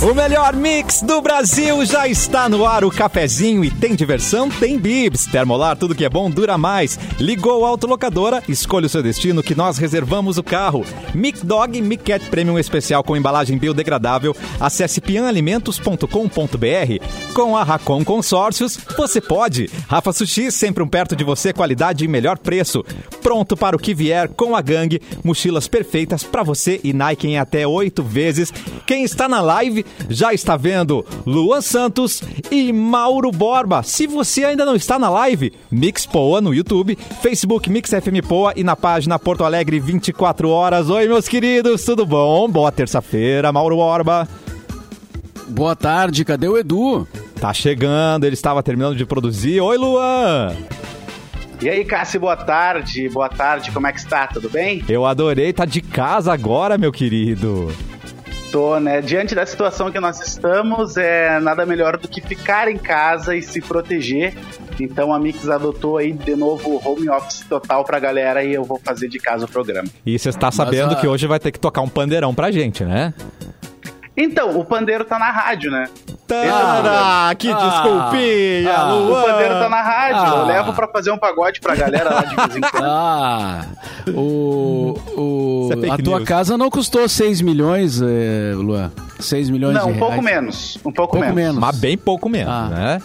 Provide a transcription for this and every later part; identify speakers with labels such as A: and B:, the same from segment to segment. A: O melhor mix do Brasil já está no ar. O cafezinho e tem diversão, tem bibs. Termolar, tudo que é bom dura mais. Ligou a autolocadora, escolha o seu destino que nós reservamos o carro. Mic Dog Mic Cat Premium Especial com embalagem biodegradável. Acesse pianalimentos.com.br. Com a Racon Consórcios, você pode. Rafa Sushi, sempre um perto de você, qualidade e melhor preço. Pronto para o que vier com a gangue. Mochilas perfeitas para você e Nike em até oito vezes. Quem está na live já está vendo Luan Santos e Mauro Borba. Se você ainda não está na live, Mix Poa no YouTube, Facebook Mix FM Poa e na página Porto Alegre 24 horas. Oi, meus queridos, tudo bom? Boa terça-feira, Mauro Borba.
B: Boa tarde, cadê o Edu?
A: Tá chegando, ele estava terminando de produzir. Oi, Luan!
C: E aí, Cássio, boa tarde. Boa tarde, como é que está? Tudo bem?
A: Eu adorei, tá de casa agora, meu querido.
C: Tô, né? Diante da situação que nós estamos, é nada melhor do que ficar em casa e se proteger. Então a Mix adotou aí de novo o home office total pra galera e eu vou fazer de casa o programa.
A: E você está sabendo
B: a-
A: que hoje vai ter que tocar um pandeirão pra gente, né?
C: Então, o pandeiro tá na rádio, né?
A: Tarará, que
B: Ah.
A: desculpinha,
B: Ah.
C: O
A: Luan.
C: pandeiro tá na rádio.
B: Ah.
C: Eu levo pra fazer um pagode pra galera lá de vez em quando.
B: Ah, o, o,
A: Isso é fake
B: a tua
A: news.
B: casa não custou 6 milhões, eh, Luan? 6 milhões
C: Não,
B: de
C: um pouco
B: reais.
C: menos. Um
B: Pouco
C: pouco, menos.
B: menos.
A: Mas bem pouco mesmo,
B: Ah.
A: né?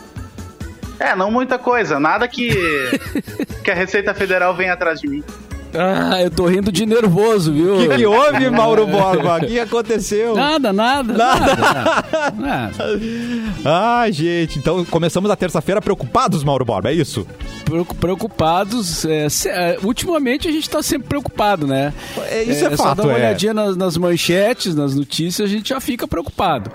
C: É, não muita coisa. Nada que, que a Receita Federal venha atrás de mim.
B: Ah, eu tô rindo de nervoso, viu?
A: O que, é, que houve, Mauro Borba? O que aconteceu?
B: Nada, nada, nada. nada, nada.
A: Ah, gente, então começamos a terça-feira preocupados, Mauro Borba, é isso?
B: Preocu- Preocupados. eh, se- eh, ultimamente a gente tá sempre preocupado, né?
A: É, isso é
B: Só
A: fato,
B: dar uma
A: é.
B: olhadinha nas, nas manchetes, nas notícias, a gente já fica preocupado.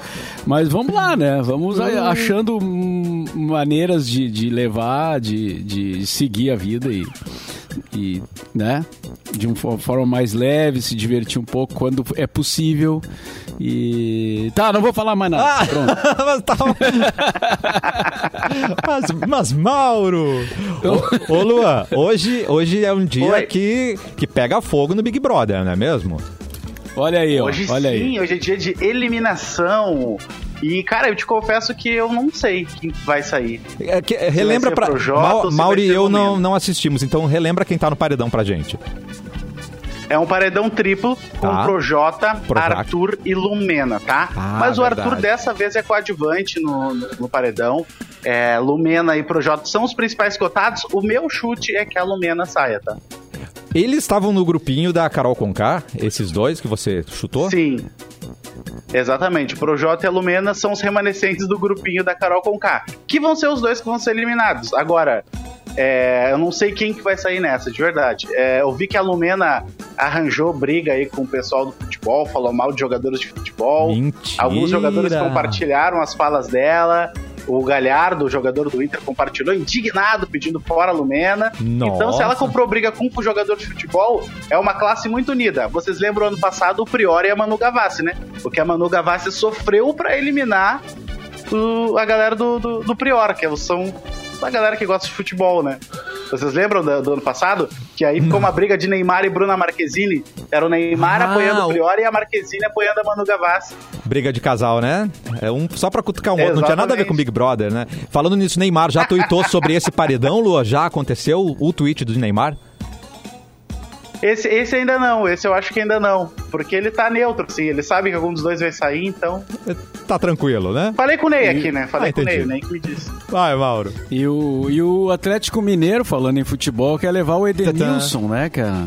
B: Mas vamos lá, né? Vamos a- achando hum, maneiras de, de levar, de, de seguir a vida e, e, né? De uma fo- forma mais leve, se divertir um pouco quando é possível. E. Tá, não vou falar mais nada.
A: Ah,
B: Pronto.
A: mas, tá... mas, mas, Mauro! Ô, ô, Luan, hoje, hoje é um dia
C: Oi.
A: que, que pega fogo no Big Brother, não é mesmo?
B: Olha aí, ó.
C: Hoje
B: olha
C: sim,
B: aí.
C: hoje é dia de eliminação. E, cara, eu te confesso que eu não sei quem vai sair.
A: É que- é, relembra
C: ser
A: pra.
C: Projota
A: Mau-
C: ou se
A: Mauro
C: vai
A: e
C: ser
A: eu não,
C: Lumena.
A: não assistimos, então relembra quem tá no paredão pra gente.
C: É um paredão triplo
A: Tá.
C: com Projota,
A: Projac.
C: Arthur e Lumena, tá?
A: Ah,
C: Mas o
A: verdade.
C: Arthur dessa vez é coadjuvante no, no, no paredão. É, Lumena e Projota são os principais cotados. O meu chute é que a Lumena saia, tá?
A: Eles estavam no grupinho da Carol Conká, esses dois que você chutou?
C: Sim. Exatamente. Projota e a Lumena são os remanescentes do grupinho da Carol Conká. Que vão ser os dois que vão ser eliminados. Agora, é, eu não sei quem que vai sair nessa, de verdade. É, eu vi que a Lumena arranjou briga aí com o pessoal do futebol, falou mal de jogadores de futebol.
A: Mentira.
C: Alguns jogadores compartilharam as falas dela. O Galhardo, o jogador do Inter, compartilhou indignado, pedindo fora a Lumena.
A: Nossa.
C: Então, se ela comprou briga com o jogador de futebol, é uma classe muito unida. Vocês lembram ano passado o Priori e a Manu Gavassi, né? Porque a Manu Gavassi sofreu pra eliminar o- a galera do, do, do Prior, que são a galera que gosta de futebol, né? Vocês lembram da- do, ano passado? Que aí ficou uma briga de Neymar e Bruna Marquezine. Era o Neymar
A: Ah,
C: apoiando
A: o-
C: o Prior e a Marquezine apoiando a Manu Gavassi.
A: Briga de casal, né? É um só pra cutucar um outro. Não tinha nada a ver
C: Exatamente.
A: com Big Brother, né? Falando nisso, Neymar já tuitou sobre esse paredão, Lua? Já aconteceu o tweet do Neymar?
C: Esse, esse ainda não, esse eu acho que ainda não. Porque ele tá neutro, assim, ele sabe que algum dos dois vai sair, então.
A: Tá tranquilo, né?
C: Falei com o Ney aqui, né? Falei
A: Ah,
C: com o Ney,
A: entendi.
C: o Ney que me disse.
A: Vai, Mauro.
B: E o, e o Atlético Mineiro, falando em futebol, quer levar o Edenilson, né, cara?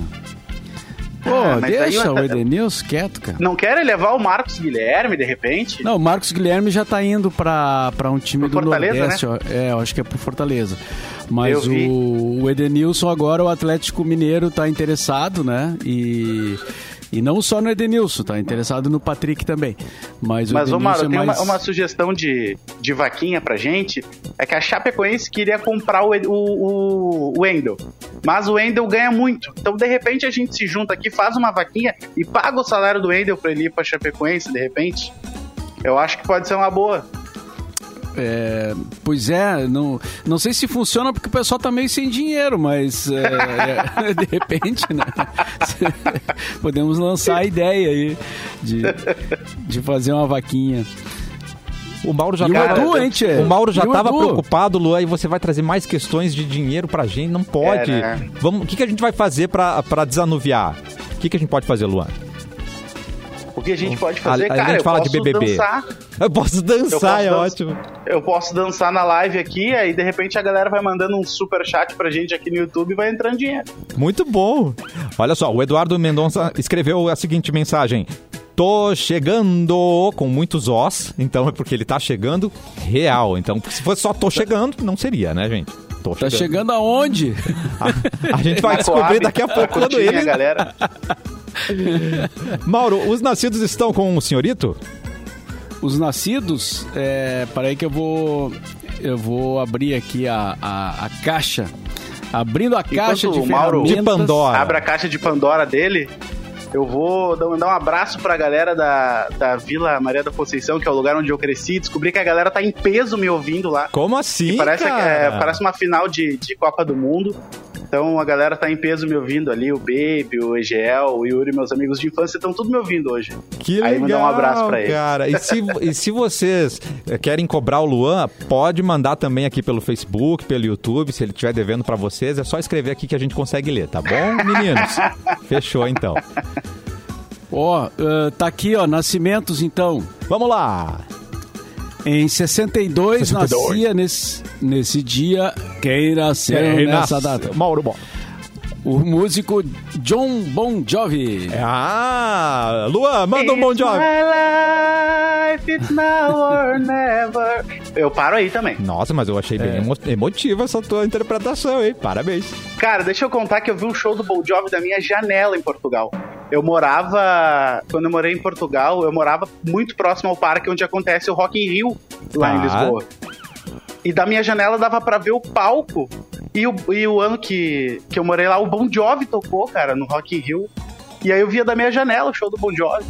B: Pô,
C: Tá, Ah, mas aí
B: deixa
C: o
B: o
C: Atl-
B: Edenilson quieto, cara.
C: Não querem levar o Marcos Guilherme, de repente?
B: Não, o Marcos Guilherme já tá indo pra, pra um time
C: Pro
B: do
C: Fortaleza, né?
B: Nordeste. ó. É, eu acho que é pro Fortaleza.
C: Eu
B: Mas
C: vi.
B: o, o Edenilson agora, o Atlético Mineiro tá interessado, né? E, e não só no Edenilson, tá interessado no Patrick também. Mas o
C: Mas, ô
B: Edenilson
C: Mauro,
B: é
C: tem uma,
B: mais...
C: uma sugestão de, de vaquinha pra gente. É que a Chapecoense queria comprar o, Ed- o, o, o Wendel. Mas o Wendel ganha muito. Então, de repente, a gente se junta aqui, faz uma vaquinha e paga o salário do Wendel pra ele ir pra Chapecoense, de repente. Eu acho que pode ser uma boa.
B: É, pois é, não, não sei se funciona porque o pessoal tá meio sem dinheiro, mas é, é, de repente, né? Podemos lançar a ideia aí de, de fazer uma vaquinha.
A: O Mauro já
B: E o
A: tava-
B: Edu, hein, Tchê?
A: O Mauro já
B: E o
A: tava
B: Edu?
A: preocupado, Luan, e você vai trazer mais questões de dinheiro pra gente. Não pode.
C: É, né?
A: Vamos, o que, que a gente vai fazer pra, pra desanuviar? O que, que a gente pode fazer, Luan?
C: O que a gente pode fazer,
A: Uhum. a, a
C: cara,
A: gente
C: eu
A: fala
C: posso
A: de BBB.
C: dançar.
A: Eu posso dançar,
C: Eu posso
A: é
C: dançar.
A: ótimo.
C: Eu posso dançar na live aqui, aí de repente a galera vai mandando um super chat pra gente aqui no YouTube e vai entrando dinheiro.
A: Muito bom. Olha só, o Eduardo Mendonça escreveu a seguinte mensagem. Tô chegando com muitosós, então é porque ele tá chegando real. Então, se fosse só tô chegando, não seria, né, gente? Tô
B: Tá chegando aonde?
A: A, a gente vai
C: Na
A: descobrir
C: Coab,
A: daqui a
C: pra
A: pouco quando
C: curtirem
A: ele.
C: a galera.
A: Mauro, os nascidos estão com o senhorito?
B: Os nascidos, é, peraí que eu vou, eu vou abrir aqui a, a, a caixa. Abrindo a caixa de
C: o Mauro-
A: De
B: ferramentas.
A: Pandora.
C: Abra a caixa de Pandora dele. Eu vou dar mandar um abraço pra galera da, da Vila Maria da Conceição, que é o lugar onde eu cresci. Descobri que a galera tá em peso me ouvindo lá.
A: Como assim?
C: Parece,
A: cara?
C: é, parece uma final de, de Copa do Mundo. Então a galera tá em peso me ouvindo ali, o Baby, o Egel, o Yuri, meus amigos de infância, estão tudo me ouvindo hoje.
A: Que legal,
C: Aí mandar um abraço pra ele.
A: Cara, e se, e se vocês eh, querem cobrar o Luan, pode mandar também aqui pelo Facebook, pelo YouTube, se ele estiver devendo pra vocês, é só escrever aqui que a gente consegue ler, tá bom, meninos? Fechou então.
B: Ó, ah, tá aqui, ó, nascimentos então.
A: Vamos lá.
B: Em 62,
A: 62.
B: nascia nesse, nesse dia, quem nasceu
A: É,
B: nessa data?
A: Mauro Bom.
B: O músico John Bon Jovi.
A: É, Ah, Luan, manda um bom
C: It's
A: job.
C: my life, it's now or never. Eu paro aí também.
A: Nossa, mas eu achei
B: É.
A: bem emo- emotiva essa tua interpretação, hein? Parabéns.
C: Cara, deixa eu contar que eu vi um show do Bon Jovi da minha janela em Portugal. Eu morava, quando eu morei em Portugal, eu morava muito próximo ao parque onde acontece o Rock in Rio, lá em
A: Tá.
C: Lisboa. E da minha janela dava pra ver o palco. E o, e o ano que, que eu morei lá, o Bon Jovi tocou, cara, no Rock in Rio. E aí eu via da minha janela o show do Bon Jovi.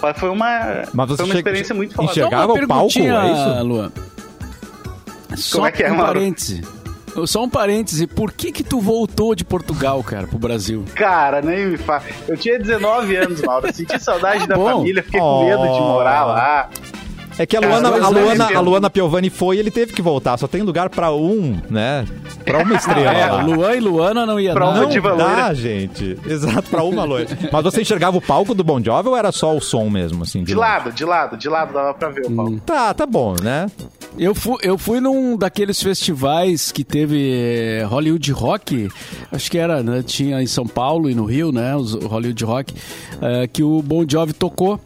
C: Mas Foi uma,
A: Mas você
C: foi uma
A: che-
C: experiência muito foda.
A: enxerga- Chegava ao palco,
B: perguntinha,
A: é isso?
B: Luan. Só
C: é que é,
B: um
C: Mauro?
B: parêntese. Só um parêntese. Por que que tu voltou de Portugal, cara, pro Brasil?
C: Cara, nem me fala. Eu tinha 19 anos, Mauro. Senti saudade
B: Ah,
C: da
B: bom.
C: família, fiquei com medo de morar lá.
A: É que a
C: Cara,
A: Luana,
C: dois
A: a
C: anos
A: Luana,
C: mesmo.
A: a Luana Piovani foi e ele teve que voltar. Só tem lugar pra um, né? Pra uma estrela.
B: É,
A: lá.
B: Luan e Luana não ia
C: Pra
B: não.
C: uma
A: Não
C: de
A: dá,
C: valoira.
A: gente. Exato, pra uma loira. Mas você enxergava o palco do Bon Jovi ou era só o som mesmo, assim?
C: De lado, de lado, de lado dava pra ver o palco.
A: Tá, tá bom, né?
B: Eu fui, eu fui num daqueles festivais que teve eh, Hollywood Rock, acho que era, né? Tinha em São Paulo e no Rio, né? Os o Hollywood Rock, eh, que o Bon Jovi tocou.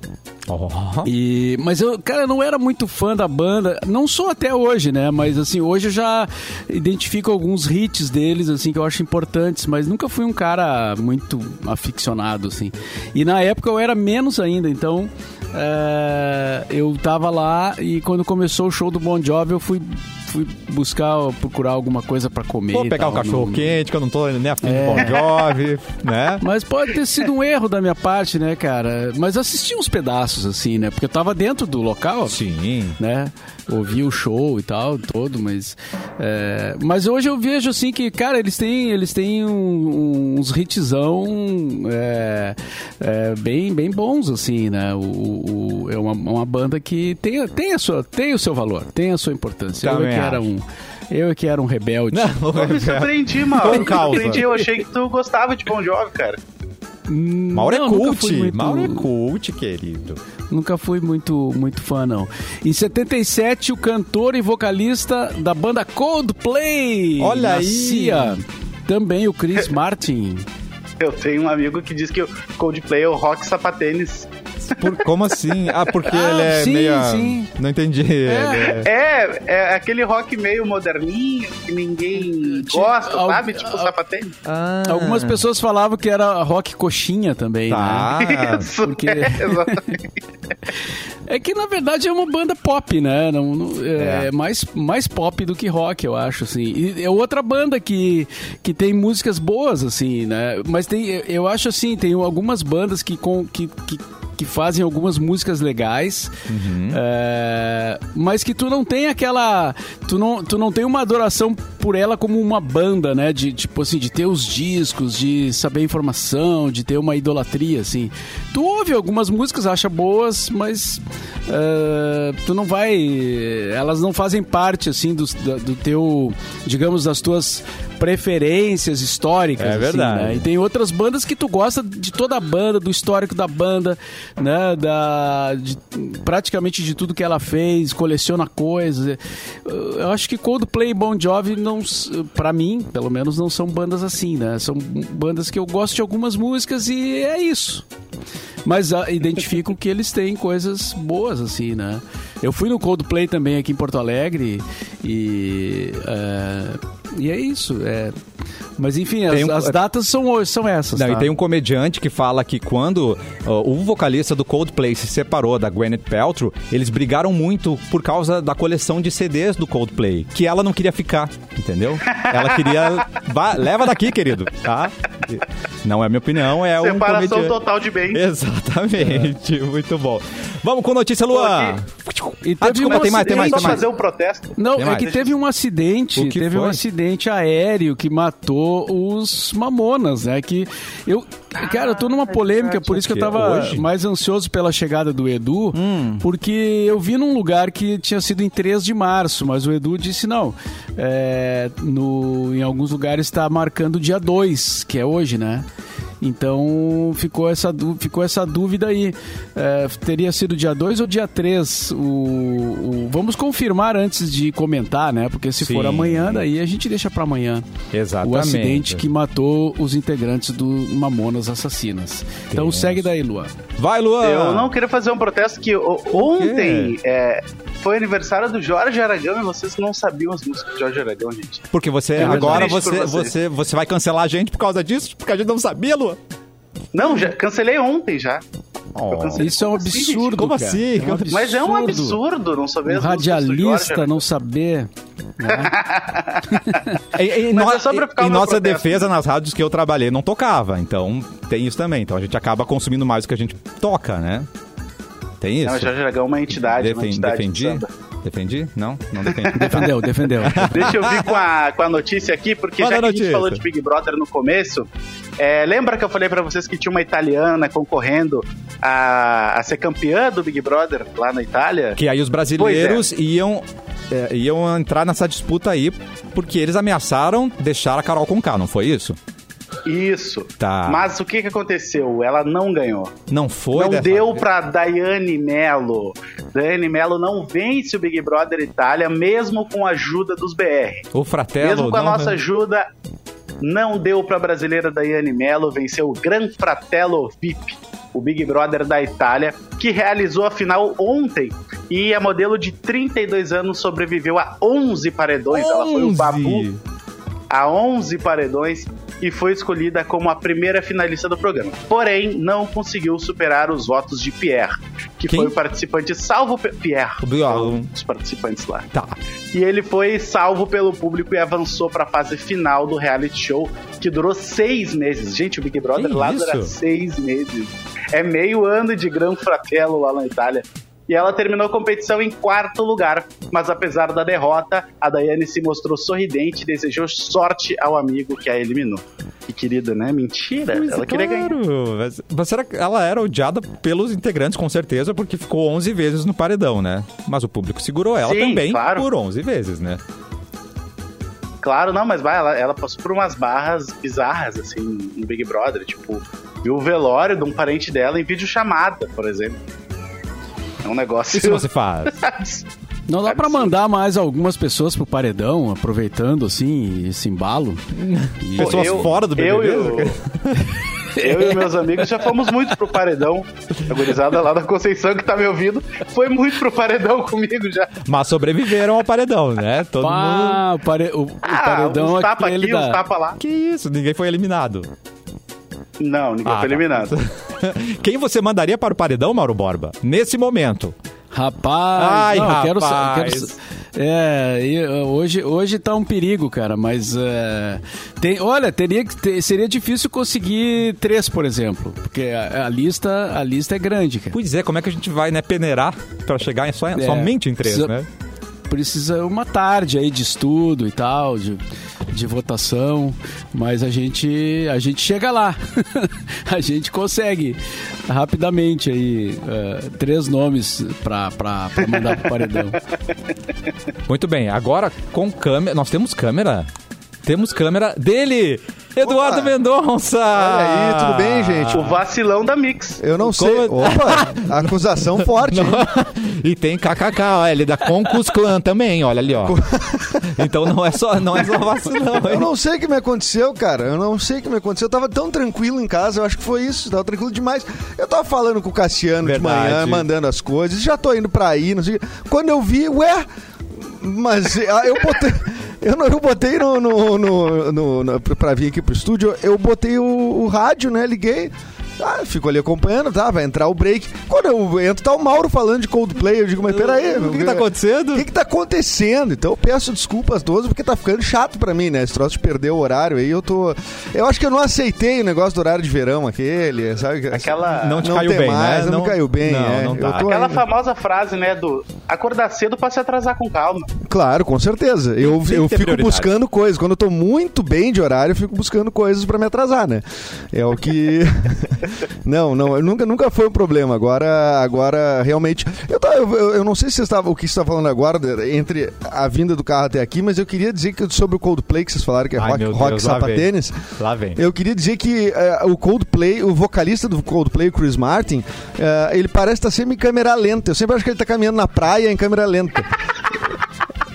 A: Ó.
B: E, mas eu, cara, eu não era muito fã da banda, não sou até hoje, né? Mas assim, hoje eu já identifico alguns hits deles, assim, que eu acho importantes, mas nunca fui um cara muito aficionado, assim. E na época eu era menos ainda, então é, eu tava lá e quando começou o show do Bon Jovi eu fui, fui buscar, procurar alguma coisa pra comer.
A: Vou
B: e
A: pegar
B: tal,
A: um cachorro
B: não-
A: quente, que eu não tô nem afim de
B: É.
A: Bon Jovi, né?
B: mas pode ter sido um erro da minha parte, né, cara? Mas assisti uns pedaços, assim, né? Porque eu tava dentro do local,
A: Sim.
B: né? Ouvi o show e tal, todo, mas. é, mas hoje eu vejo assim que, cara, eles têm, eles têm um- uns hitzão é, é, bem, bem bons, assim, né? O, o- o- é uma, uma banda que tem, tem, a sua, tem o seu valor, tem a sua importância. Eu é
A: Também
B: que era
A: acho.
B: um. Eu é que era um rebelde.
C: Eu me surpreendi,
A: É. Com
C: Mauro. Me
A: causa.
C: surpreendi, eu achei que tu gostava de Bon Jovi, cara.
B: Hum,
A: Mauro é
B: não, nunca
A: cult,
B: fui muito-
A: Mauro é cult, querido.
B: Nunca fui muito, muito fã, não. Em 77, o cantor e vocalista da banda Coldplay.
A: Olha aí.
B: nascia. Também o Chris Martin.
C: Eu tenho um amigo que diz que o Coldplay é o rock sapatênis.
A: Por- como assim? Ah, porque
B: Ah,
A: ele é
B: sim,
A: meio...
B: sim.
A: Não entendi. ele é-
C: É, é aquele rock meio moderninho, que ninguém
B: Tipo,
C: gosta,
B: al-
C: sabe? Tipo
B: al-
C: sapatênis.
B: Ah.
A: é- Ah.
B: Algumas pessoas falavam que era rock coxinha também, né?
A: Tá.
C: Isso,
B: porque-
C: é, exatamente.
B: É que, na verdade, é uma banda pop, né? Não, não- é,
A: É.
B: Mais, mais pop do que rock, eu acho, assim. E é outra banda que, que tem músicas boas, assim, né? Mas tem, eu acho, assim, tem algumas bandas que, com, que, que, que fazem algumas músicas legais, é, mas que tu não tem aquela. Tu não, tu não tem uma adoração por ela como uma banda, né? De tipo assim, de ter os discos, de saber informação, de ter uma idolatria, assim. Tu ouve algumas músicas, acha boas, mas é, tu não vai. Elas não fazem parte, assim, do, da- do teu. Digamos, das tuas preferências históricas.
A: É
B: assim,
A: verdade.
B: né? E tem outras bandas que tu gosta de toda a banda, do histórico da banda, né? Da, de- praticamente de tudo que ela fez, coleciona coisas. Eu acho que Coldplay e Bon Jovi não, s- pra mim, pelo menos, não são bandas assim, né? São bandas que eu gosto de algumas músicas e é isso. Mas ah, identifico que eles têm coisas boas, assim, né? Eu fui no Coldplay também aqui em Porto Alegre e. eh, e é isso. É... Mas enfim, as,
A: Tem um-
B: as datas são, hoje, são essas.
A: Não,
B: tá?
A: e tem um comediante que fala que quando ó, o vocalista do Coldplay se separou da Gwyneth Paltrow, eles brigaram muito por causa da coleção de CDs do Coldplay, que ela não queria ficar, entendeu? Ela queria... Vá, leva daqui, querido, tá? Não é minha opinião, é um
C: Separação
A: comediante.
C: total É. de bens.
A: Exatamente, muito bom. Vamos com notícia, Luan.
B: E
A: Ah,
C: Então,
B: teve
A: desculpa,
B: um
A: tem mais, tem mais,
C: Deixa eu
A: tem
C: só
A: mais.
C: fazer um protesto.
B: Não,
A: Tem
B: é
A: mais.
B: que teve um acidente,
A: O que
B: teve um
A: foi?
B: acidente aéreo que matou os mamonas, né? Que eu, cara, eu tô numa polêmica, por isso que eu
A: quê?
B: tava
A: Hoje? Hum.
B: mais ansioso pela chegada do Edu, porque eu vi num lugar que tinha sido em 3 de março, mas o Edu disse não, é, no, em alguns lugares está marcando dia 2, que é hoje, né? Então ficou essa, dú- ficou essa dúvida aí. É, teria sido dia 2 ou dia 3? O, o- vamos confirmar antes de comentar, né? Porque se
A: Sim.
B: for amanhã, daí a gente deixa pra amanhã.
A: Exatamente.
B: O acidente que matou os integrantes do Mamonas Assassinas. Então segue daí, Luan.
A: Vai, Luan.
C: Eu não queria fazer um protesto que o- ontem é, foi aniversário do Jorge Aragão e vocês não sabiam as músicas do Jorge Aragão, gente.
A: Porque você,
C: Eu
A: agora
C: triste por
A: você,
C: você.
A: você, você vai cancelar a gente por causa disso? Porque a gente não sabia, Luan.
C: Não, já cancelei ontem já.
A: Oh.
C: cancelei.
B: Isso é um
C: Como assim, gente?
B: absurdo,
A: Como
B: cara.
A: assim?
B: É um absurdo.
C: Mas é um absurdo não saber
B: Um
C: as músicas do Jorge
B: radialista
C: Aragão.
B: não saber.
A: Em, em
C: Mas
A: no-
C: é só pra ficar
A: em
C: o meu
A: nossa
C: protesto.
A: defesa, nas rádios que eu trabalhei, não tocava. Então, tem isso também. Então, a gente acaba consumindo mais do que a gente toca, né? Tem isso?
C: Não, o Jorge Aragão é uma entidade, uma
A: Defen-
C: entidade.
A: defendi?
C: do samba.
A: Defendi? Não? Não defendi.
B: Defendeu, defendeu.
C: Deixa eu vir com a, com a notícia aqui, porque
A: Manda
C: já que
A: a
C: a gente
A: notícia.
C: falou de Big Brother no começo, é, lembra que eu falei pra vocês que tinha uma italiana concorrendo a, a ser campeã do Big Brother lá na Itália?
A: que aí os brasileiros iam, é, iam entrar nessa disputa aí, porque eles ameaçaram deixar a Carol com K, não foi isso?
C: Isso.
A: Tá.
C: Mas o que, que aconteceu? Ela não ganhou.
A: Não foi? né,
C: não
A: dessa
C: deu
A: vez?
C: pra Daiane Mello. Daiane Mello não vence o Big Brother Itália, mesmo com a ajuda dos BR.
A: O fratelo.
C: Mesmo com a
A: não- né?
C: nossa ajuda, não deu para a brasileira Daiane Mello vencer o Gran Fratello VIP, o Big Brother da Itália, que realizou a final ontem. E a modelo de 32 anos sobreviveu a 11 paredões. Ela foi o
A: 11.
C: babu a 11 paredões e foi escolhida como a primeira finalista do programa. Porém, não conseguiu superar os votos de Pierre, que
A: Quem?
C: foi o participante salvo pe- Pierre,
A: O Bial.
C: foi um dos participantes lá.
A: Tá.
C: E ele foi salvo pelo público e avançou para a fase final do reality show, que durou seis meses. Gente, o Big Brother
A: Que
C: lá
A: isso?
C: dura seis meses. É meio ano de Gran Fratello lá na Itália. E ela terminou a competição em quarto lugar, mas apesar da derrota, a Daiane se mostrou sorridente e desejou sorte ao amigo que a eliminou. Que querida, né? Mentira,
A: Mas
C: ela queria ganhar.
A: claro, mas- Mas será que ela era odiada pelos integrantes, com certeza, porque ficou 11 vezes no paredão, né? Mas o público segurou ela
C: Sim,
A: também
C: claro.
A: por 11 vezes, né?
C: Claro, não, mas vai, ela, ela passou por umas barras bizarras, assim, no Big Brother. Tipo, viu o velório de um parente dela em vídeo chamada, por exemplo. É um negócio.
A: Isso não se faz.
B: Não dá pra mandar mais algumas pessoas pro paredão, aproveitando assim esse embalo. E-
A: Pô, pessoas fora do
C: eu,
A: BBB,
C: e o- eu e meus amigos já fomos muito pro paredão. A gurizada lá da Conceição que tá me ouvindo foi muito pro paredão comigo já.
A: Mas sobreviveram ao paredão, né? Todo mundo.
B: Pá, o, pare- o- o paredão
C: Ah, uns
A: é
C: um tapa
B: aquele
C: aqui,
B: da-
C: uns tapa lá.
A: Que isso? Ninguém foi eliminado.
C: Não, ninguém
A: Ah,
C: foi
A: tá.
C: eliminado.
A: Quem você mandaria para o paredão, Mauro Borba? Nesse momento.
B: Rapaz,
A: Ai,
B: não, eu quero
A: rapaz.
B: sa- eu quero sa- É, e, uh, hoje, hoje tá um perigo, cara, mas. é, tem, olha, teria, que ter- seria difícil conseguir três, por exemplo. Porque a, a lista, a lista é grande, cara.
A: Pois é, como é que a gente vai, né, peneirar pra chegar em só,
B: É,
A: somente em três,
B: precisa-
A: né?
B: Precisa uma tarde aí de estudo e tal, de, de votação, mas a gente, a gente chega lá. a gente consegue rapidamente aí eh, três nomes pra, pra, pra mandar pro paredão.
A: Muito bem, agora com câmera. Nós temos câmera? Temos câmera dele! Eduardo
D: Opa!
A: Mendonça!
D: Olha aí, tudo bem,
A: Ah.
D: gente?
C: O Tipo, vacilão da Mix.
D: Eu não sei.
A: Como-
D: Opa, acusação forte. hein?
A: e tem KKK, ó, ele é da Concus Clan também, olha ali, ó. Então não é só, não é só vacilão,
D: Eu
A: hein?
D: não sei o que me aconteceu, cara. Eu não sei o que me aconteceu. Eu tava tão tranquilo em casa, eu acho que foi isso. Tava tranquilo demais. Eu tava falando com o Cassiano
A: Verdade.
D: de manhã, mandando as coisas. Já tô indo pra aí, não sei. o quê. Quando eu vi, ué, mas ah, eu botei. Eu, não, eu botei no, no, no, no- no- pra vir aqui pro estúdio, eu botei o, o rádio, né? Liguei. Ah, fico ali acompanhando, tá? Vai entrar o break. Quando eu entro, tá o Mauro falando de Coldplay. Eu digo, mas peraí.
A: O que que tá acontecendo?
D: O que, que tá acontecendo? Então eu peço desculpas todos, porque tá ficando chato pra mim, né? Esse troço de perder o horário aí, eu tô. Eu acho que eu não aceitei o negócio do horário de verão aquele, sabe?
C: Aquela,
A: Não te caiu
D: tem
A: bem,
D: mais,
A: né?
D: Não, me caiu bem,
A: não,
D: é.
A: não tá.
D: Eu tô
C: aquela
D: ainda-
C: famosa frase, né? Do acordar cedo pra se atrasar com calma.
D: Claro, com certeza. Eu,
A: Tem que
D: eu
A: ter
D: fico
A: prioridade.
D: buscando coisas. Quando eu tô muito bem de horário, eu fico buscando coisas pra me atrasar, né? É o que. não, não, eu nunca, nunca foi um problema. Agora, agora realmente. Eu, tava- eu, eu- eu não sei se vocês estavam, o que você está falando agora, entre a vinda do carro até aqui, mas eu queria dizer que sobre o Coldplay que vocês falaram, que é
A: Ai,
D: rock,
A: meu
D: rock
A: Deus, lá vem.
D: sapatênis.
A: Lá vem.
D: Eu queria dizer que eh, o Coldplay, o vocalista do Coldplay, o Chris Martin, eh, ele parece estar sempre em câmera lenta. Eu sempre acho que ele tá caminhando na praia em câmera lenta.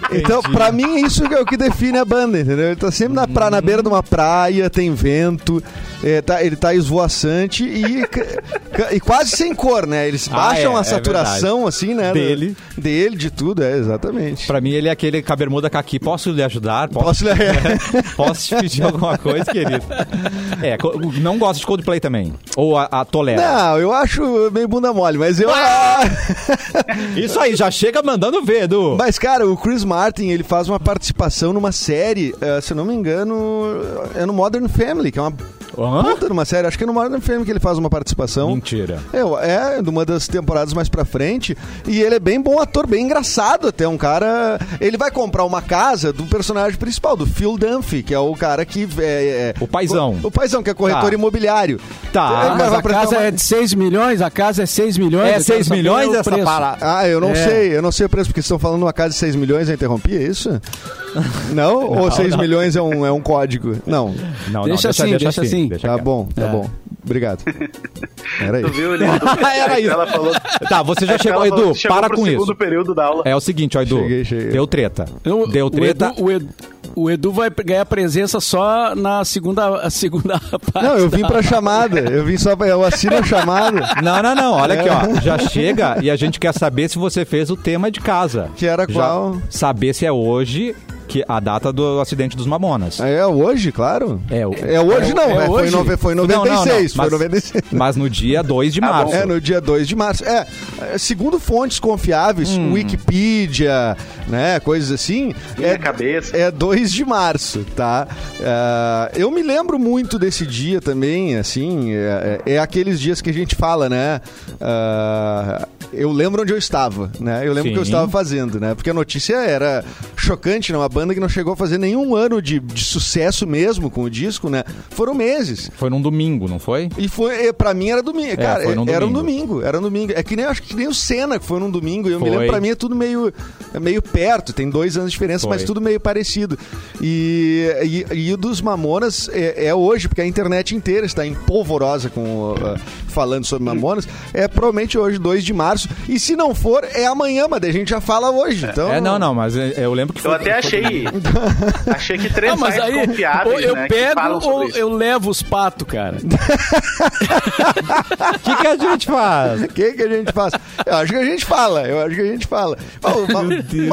D: Então, pra mim, isso é o que define a banda, entendeu? Ele tá sempre na, pra,
A: Uhum.
D: na beira de uma praia, tem vento, eh, tá- ele tá esvoaçante e, ca- ca- e quase sem cor, né? Eles
A: Ah,
D: baixam
A: é, é
D: a saturação, assim, né?
A: Dele.
D: Do- dele, de tudo, é, exatamente.
A: Pra mim, ele é aquele com a bermuda caqui. Posso lhe ajudar? Posso,
D: Posso ler?
A: É. posso te pedir alguma coisa, querido? É, co- não gosto de Coldplay também. Ou a, a tolera.
D: Não, eu acho meio bunda mole, mas eu.
A: Ah! Isso aí, já chega mandando ver, Edu.
D: Mas, cara, o Chris Martin, ele faz uma participação numa série, eh, se eu não me engano, é no Modern Family, que é uma
A: Hã?
D: puta numa série. Acho que é no Modern Family que ele faz uma participação.
A: Mentira.
D: É, é, de uma das temporadas mais pra frente. E ele é bem bom ator, bem engraçado até. Um cara. Ele vai comprar uma casa do personagem principal, do Phil Dunphy, que é o cara que. É, é-
A: O paizão.
D: O paizão, que é corretor
A: Tá.
D: imobiliário.
A: Tá,
D: Ele
B: Ah,
D: vai
B: mas a
D: apresentar
B: casa
D: uma-
B: é de 6 milhões? A casa é 6 milhões?
A: É
B: eu quero
A: 6
B: saber
A: milhões
B: o
A: essa
B: preço.
A: parada?
D: Ah, eu não
B: É.
D: sei, eu não sei o preço, porque estão falando uma casa de 6 milhões, eu interrompi, é isso? Não? Ou 6 milhões é um, é um código? Não.
A: Não,
B: Deixa assim, deixa assim.
D: tá
A: quieto.
D: bom, tá
B: É.
D: bom. Obrigado. Era
C: Tu
D: isso.
C: viu, Lindo?
A: É.
D: Ah,
A: Era isso.
C: É Ela falou.
A: Tá, você já chegou,
C: ela
A: Edu,
C: falou que chegou
A: para
C: pro
A: com
C: segundo
A: isso.
C: período da aula.
A: É o seguinte, ó, Edu.
D: Cheguei, cheguei.
A: Deu treta.
B: Eu-
A: Deu treta.
B: O Edu, o Edu- o Edu vai ganhar presença só na segunda, a segunda parte.
D: Não, eu vim
B: da-
D: pra chamada, eu vim só pra. Eu assino a chamada.
A: Não, não, não. Olha aqui, ó. Já chega e a gente quer saber se você fez o tema de casa.
D: Que era
A: Já
D: qual?
A: Saber se é hoje que a data do acidente dos Mamonas.
D: É hoje, claro.
A: É o-
D: é hoje, não.
B: é hoje?
D: é, Foi, em nove, foi em
A: Não, não, não,
D: 96.
A: mas-
D: Foi em 96.
A: Mas no dia 2
C: Tá
A: de março.
D: É, no dia 2 de março. É, é, segundo fontes confiáveis, Wikipedia, né, coisas assim,
C: Minha
D: é,
C: cabeça.
D: é 2 de março, tá? Ah, eu me lembro muito desse dia também, assim, é, é- é aqueles dias que a gente fala, né? ah, eu lembro onde eu estava, né? Eu lembro o que eu
A: Sim.
D: estava fazendo, né? Porque a notícia era chocante, né? Uma banda que não chegou a fazer nenhum ano de, de sucesso mesmo com o disco, né? Foram meses.
A: Foi num domingo, não foi?
D: E foi, e pra mim era domingo. Cara,
A: foi num
D: era um
A: domingo.
D: domingo, era um domingo. É que nem acho que nem o Senna, que foi num domingo. Eu
A: Foi.
D: me lembro, pra mim é tudo meio, é meio perto, tem dois anos de diferença,
A: Foi.
D: mas tudo meio parecido. E, e, e o dos Mamonas é, é hoje, porque a internet inteira está em polvorosa com, ah, falando sobre Mamonas. É provavelmente hoje, 2 de março. E se não for, é amanhã, mas daí a gente já fala hoje. Então,
A: É, não, não, mas é- eu lembro que
C: Eu
A: foi.
C: até achei achei. achei que três
B: Ah, mas
C: sites
B: aí
C: confiáveis.
B: ou eu
C: né, que falam
B: pego
C: sobre
B: ou
C: isso.
B: eu levo os patos, cara.
A: O que, que a gente faz?
D: O que, que a gente faz? Eu acho que a gente fala, eu acho que a gente fala. Ó, o Ma-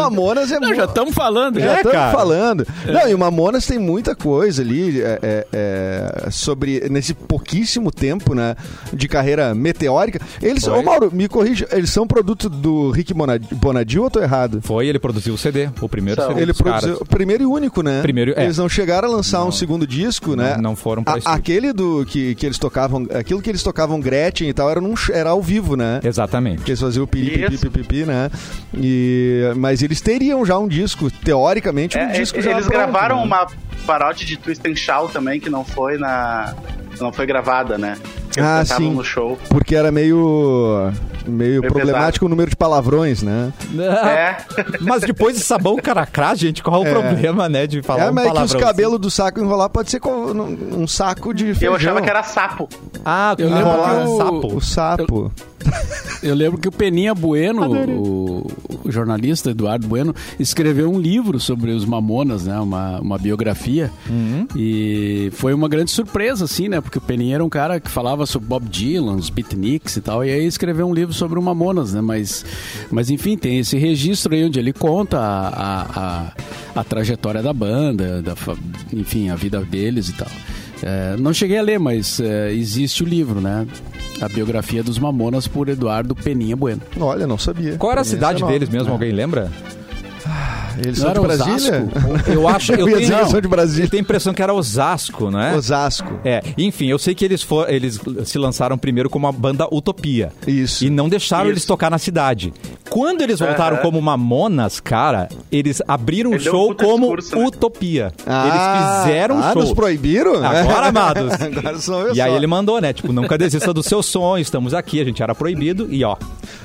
D: Mamonas é
B: Não, já
D: mu-
B: estamos falando. né,
D: Já
B: Já.
A: É,
D: estamos
A: cara. É.
D: falando. Não, e o Mamonas tem muita coisa ali é, é, é, sobre nesse pouquíssimo tempo, né? De carreira meteórica. Eles, ô Mauro, me corrija, eles são produto do Rick Bonad- Bonadil ou eu tô errado?
A: Foi, ele produziu o CD, o primeiro
C: São.
A: CD.
D: Ele
A: dos
D: produziu o
A: caras.
D: primeiro e único, né?
A: Primeiro, é.
D: Eles não chegaram a lançar um segundo disco, né?
A: não foram pra
D: A-
A: estúdio.
D: Aquele do que, que eles tocavam, aquilo que eles tocavam Gretchen e tal era num sh- era ao vivo, né?
A: Exatamente.
D: Porque eles faziam o pipi, pipi,
C: Isso.
D: pipi, pipi, né? E, mas eles teriam já um disco, teoricamente, um
C: É,
D: disco
C: eles
D: já pronto,
C: gravaram
D: né?
C: uma paródia de Twist and Shout também, que não foi na. Não foi gravada, né? Eles
D: Ah,
C: cantavam
D: sim.
C: no show.
D: Porque era meio, meio
C: Meio
D: problemático o número de palavrões, né?
A: Ah,
C: É.
A: Mas depois de sabão caracrá, gente, qual é o problema, né, de falar
D: é,
A: um
D: mas é que os
A: palavrão?
D: cabelos do saco enrolar pode ser com um, um saco de feijão.
C: Eu achava que era sapo.
A: Ah,
B: Eu lembro
D: Enrolar
B: que
A: o
B: o-
A: sapo.
D: o sapo.
B: Eu lembro que o Peninha Bueno, o, o jornalista Eduardo Bueno, escreveu um livro sobre os Mamonas, né? Uma, uma biografia. E foi uma grande surpresa, assim, né? Porque o Peninha era um cara que falava sobre Bob Dylan, os beatniks e tal. E aí escreveu um livro sobre o Mamonas, né? Mas, mas enfim, tem esse registro aí onde ele conta a, a, a, a trajetória da banda, da, fa- enfim, a vida deles e tal. É, não cheguei a ler, mas é, existe o livro, né? A biografia dos Mamonas por Eduardo Peninha Bueno.
D: Olha, não sabia.
A: Qual era a
D: Pra mim,
A: cidade
D: essa é
A: deles
D: nova.
A: mesmo? um Alguém lembra?
D: Eles
B: Não
D: são de
B: era
D: Brasília?
B: Osasco?
A: Eu acho.
D: Eu ia
A: tenho-
D: dizer que são de Brasília.
A: Eu tenho a impressão que era Osasco, não é?
D: Osasco.
A: É, enfim, eu sei que eles, for, eles se lançaram primeiro como a banda Utopia.
D: Isso.
A: E não deixaram
C: Isso.
A: eles tocar na cidade. Quando eles voltaram
C: Aham.
A: como Mamonas, cara, eles abriram o
C: Ele deu um
A: show
C: puta
A: como
C: discurso, né?
A: Utopia.
D: Ah,
A: eles fizeram um
D: ah,
A: show.
D: nos proibiram?
A: Agora, amados.
D: Agora sou eu
A: e aí
D: só.
A: ele mandou, né? Tipo, nunca desista dos seus sonhos, estamos aqui, a gente era proibido. E ó,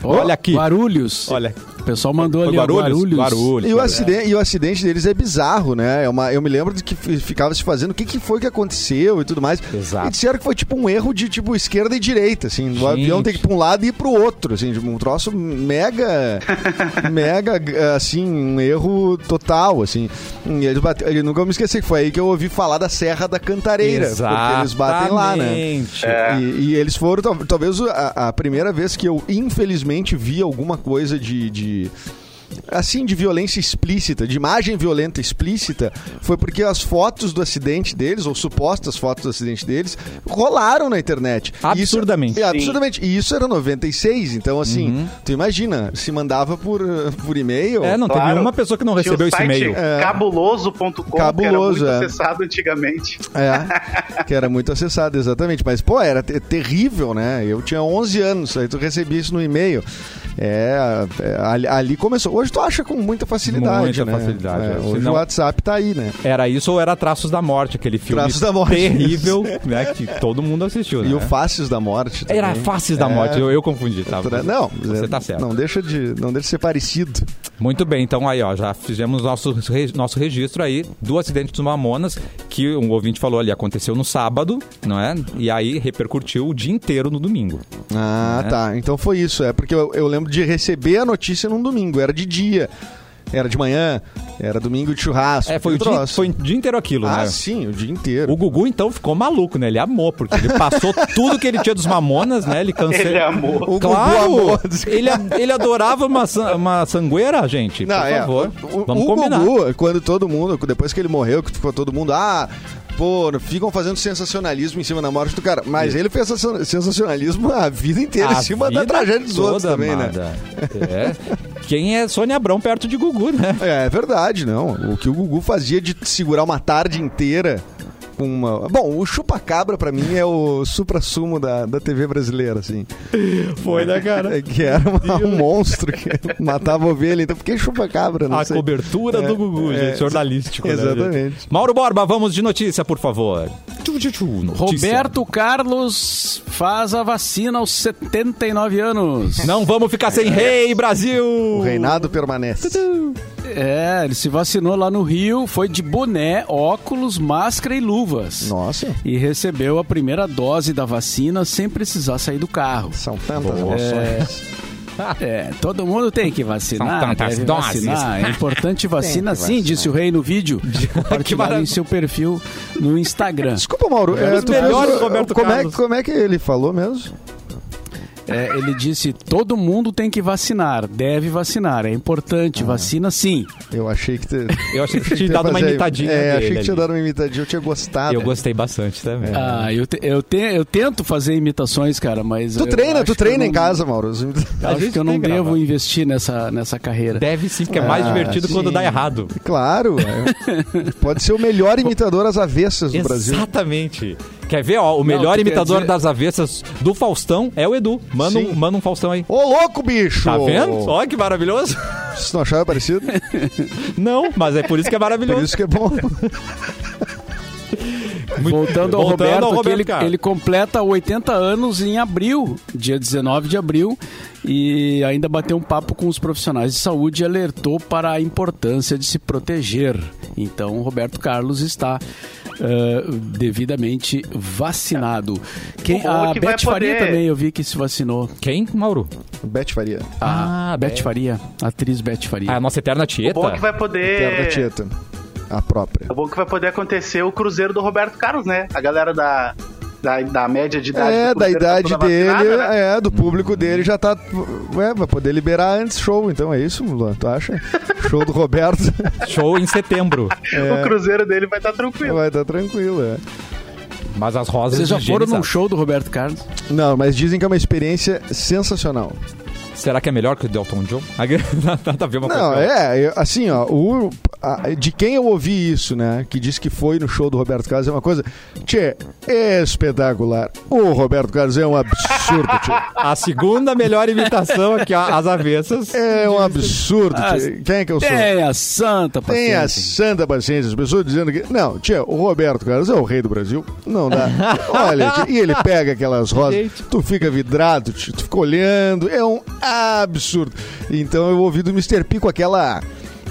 A: olha aqui.
B: Guarulhos.
A: Olha.
B: O pessoal mandou
A: Foi
B: ali ó, Guarulhos.
A: Guarulhos.
D: E o,
A: Guarulhos.
D: acidente, e o acidente deles é bizarro, né? É uma, eu me lembro de que fi- ficava se fazendo o que, que foi que aconteceu e tudo mais.
A: Exato.
D: E disseram que foi tipo um erro de tipo esquerda e direita, assim. O avião
A: Gente.
D: tem que ir pra um lado e ir pro outro, assim. Tipo, um troço mega, mega, assim, um erro total, assim. E eles bate- eu nunca vou me esqueci que foi aí que eu ouvi falar da Serra da Cantareira. Porque eles batem lá, né?
A: Exatamente.
D: E, e eles foram, tal- talvez a, a primeira vez que eu, infelizmente, vi alguma coisa de. de- Assim, de violência explícita, de imagem violenta explícita, foi porque as fotos do acidente deles, ou supostas fotos do acidente deles, rolaram na internet.
A: Absurdamente. Uhum.
D: Isso, é, absurdamente. E isso era 96, então assim, tu imagina, se mandava por, eh, por e-mail.
A: É, não teve
C: Claro.
A: uma pessoa que não
C: Tinha
A: recebeu
C: o
A: esse
C: site
A: e-mail.
C: Cabuloso.com, que era
D: Cabuloso,
C: muito
D: é.
C: acessado antigamente.
D: É, que era muito acessado, exatamente. Mas, pô, era te- terrível, né? Eu tinha 11 anos, aí tu recebia isso no e-mail. É, é, ali, ali começou. Hoje tu acha com muita facilidade,
A: Muita
D: né?
A: facilidade,
D: É,
A: é.
D: hoje
A: Senão-
D: o WhatsApp tá aí, né?
A: Era isso ou era Traços da Morte, aquele filme
D: Traços da Morte,
A: terrível, né? Que todo mundo assistiu, né?
D: E o Faces da Morte também.
A: Era Faces da
D: É,
A: Morte, eu, eu confundi, tá?
D: tra- Não, é,
A: Você tá certo.
D: Não deixa de, não deixa de ser parecido.
A: Muito bem, então aí, ó, já fizemos nosso, re- nosso registro aí do acidente dos Mamonas, que um ouvinte falou ali, aconteceu no sábado, não é? E aí repercutiu o dia inteiro no domingo.
D: Ah,
A: Né?
D: tá. Então foi isso. É porque eu, eu lembro de receber a notícia num domingo. Era de dia. Era de manhã. Era domingo de churrasco.
A: É, foi o
D: que
A: dia,
D: um troço.
A: foi o dia inteiro aquilo,
D: Ah,
A: né?
D: sim, o dia inteiro.
A: O Gugu, então, ficou maluco, né? Ele amou, porque ele passou tudo que ele tinha dos Mamonas, né? Ele cancelou.
C: Ele amou.
D: O Gugu
A: Claro!
D: amou.
A: Ele, ele adorava uma, san- uma sangueira, gente.
D: Não,
A: Por
D: é,
A: favor.
D: O, o-
A: Vamos
D: o
A: combinar.
D: Gugu, quando todo mundo, depois que ele morreu, que ficou todo mundo, ah, pô, ficam fazendo sensacionalismo em cima da morte do cara. Mas ele fez sensa- sensacionalismo a vida inteira
A: A
D: em cima da
A: vida
D: tragédia dos
A: toda,
D: outros também, né?
A: amada. É. Quem é Sônia Abrão perto de Gugu, né?
D: É, é verdade, não. O que o Gugu fazia de segurar uma tarde inteira com uma... Bom, o chupa-cabra pra mim é o supra-sumo da, da TV brasileira, assim.
A: Foi, né, cara?
D: É que era uma- um monstro que matava ovelha. Então, por que chupa-cabra? Não
A: A
D: sei.
A: cobertura do
D: É,
A: Gugu,
D: é,
A: gente, jornalístico. né,
D: exatamente.
A: gente? Mauro Borba, vamos de notícia, por favor. Tchu, tchu, tchu, notícia.
B: Roberto Carlos faz a vacina aos 79 anos.
A: Não vamos ficar sem rei, Brasil!
D: O reinado permanece.
B: É, ele se vacinou lá no Rio, foi de boné, óculos, máscara e luvas.
D: Nossa.
B: E recebeu a primeira dose da vacina sem precisar sair do carro.
D: São tantas emoções.
B: É, todo mundo tem que vacinar.
E: São tantas
B: deve
E: doses.
B: vacinar. É importante vacina sim, disse o rei no vídeo. Compartilhar em seu perfil no Instagram.
D: Desculpa, Mauro.
A: É um dos
D: tu
A: melhores
D: fez-
A: Roberto
D: como é,
A: Carlos.
D: como é que ele falou mesmo?
B: É, ele disse: todo mundo tem que vacinar, deve vacinar, é importante, vacina sim.
D: Eu achei que... Te...
A: Eu achei que tinha dado
D: Mas
A: uma
D: é-
A: imitadinha.
D: É,
A: dele
D: achei que tinha
A: ali.
D: dado uma imitadinha. Eu tinha gostado.
A: Eu gostei bastante também.
B: Ah, eu, te- eu, te- eu tento fazer imitações, cara, mas.
D: Tu
B: eu
D: treina,
B: acho
D: tu
B: que eu
D: treina
B: não-
D: em casa, Mauro.
A: A
B: Acho
A: gente
B: que eu não
A: tem que
B: devo
A: gravar.
B: investir nessa, nessa carreira.
A: Deve sim, porque é mais
D: Ah,
A: divertido quando
D: sim.
A: dá errado.
D: Claro. é. Pode ser o melhor imitador às avessas do Brasil.
A: Exatamente. Quer ver, ó, o melhor
B: tu quer
A: imitador
B: dizer-
A: das avessas do Faustão é o Edu. Manda, um,
D: Sim.
A: manda um Faustão aí.
D: Ô, louco, bicho!
A: Tá vendo? Olha que maravilhoso.
D: Vocês não acharam parecido?
A: Não, mas é por isso que é
D: Por
A: maravilhoso.
D: isso que é bom.
B: Voltando ao
A: Voltando
B: Roberto,
A: ao
B: que
A: Roberto,
B: ele,
A: cara.
B: ele completa 80 anos em abril, dia 19 de abril, e ainda bateu um papo com os profissionais de saúde e alertou para a importância de se proteger. Então, o Roberto Carlos está eh, devidamente vacinado. Quem,
C: O bom
B: a
C: é que vai
B: Beth Faria
C: poder-
B: também, eu vi que se vacinou.
A: Quem, Mauro?
D: Bete Faria.
B: A
A: Ah,
B: Beth
A: Beth.
B: Faria, atriz Beth Faria.
A: Ah, a nossa eterna
C: O
A: Tieta.
C: bom é que vai
D: Terra da
C: poder.
D: Tieta. A própria.
C: É bom que vai poder acontecer o cruzeiro do Roberto Carlos, né? A galera da, da, da média de idade.
D: É,
C: do
D: da
C: cruzeiro tá
D: idade
C: toda vacinada,
D: dele,
C: né?
D: é, do
A: Hum.
D: público dele já tá. Ué, vai poder liberar antes show, então é isso, Luan, tu acha? Show do Roberto
A: Show em setembro.
D: é.
C: O cruzeiro dele vai estar tranquilo.
D: vai estar tranquilo, é.
A: Mas as rosas
B: Vocês já
A: de
B: foram num
A: higienizadas.
B: show do Roberto Carlos?
D: Não, mas dizem que é uma experiência sensacional.
A: Será que é melhor que o Delton John? Nada a ver uma
D: Não,
A: coisa.
D: é, eu- assim, ó, o- a- de quem eu ouvi isso, né, que disse que foi no show do Roberto Carlos é uma coisa, tchê, espetacular. O Roberto Carlos é um absurdo, tchê.
A: A segunda melhor imitação aqui, ó, as avessas.
D: É um absurdo, tchê. Quem é que eu sou?
B: Tenha santa
D: Tem a
B: paciência.
D: santa paciência, as pessoas dizendo que. Não, tia, o Roberto Carlos é o rei do Brasil. Não dá. Olha, tia, e ele pega aquelas rosas, tu fica vidrado, tia, tu fica olhando, é um absurdo. Então eu ouvi do Mr. P com aquela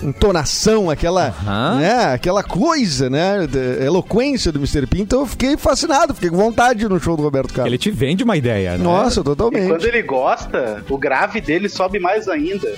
D: entonação, aquela,
A: Aham.
D: né, aquela coisa, né, da eloquência do Mr. P, então eu fiquei fascinado, fiquei com vontade no show do Roberto Carlos.
A: Ele te vende uma ideia, né?
D: Nossa,
C: E quando
D: totalmente.
C: ele gosta, o grave dele sobe mais ainda.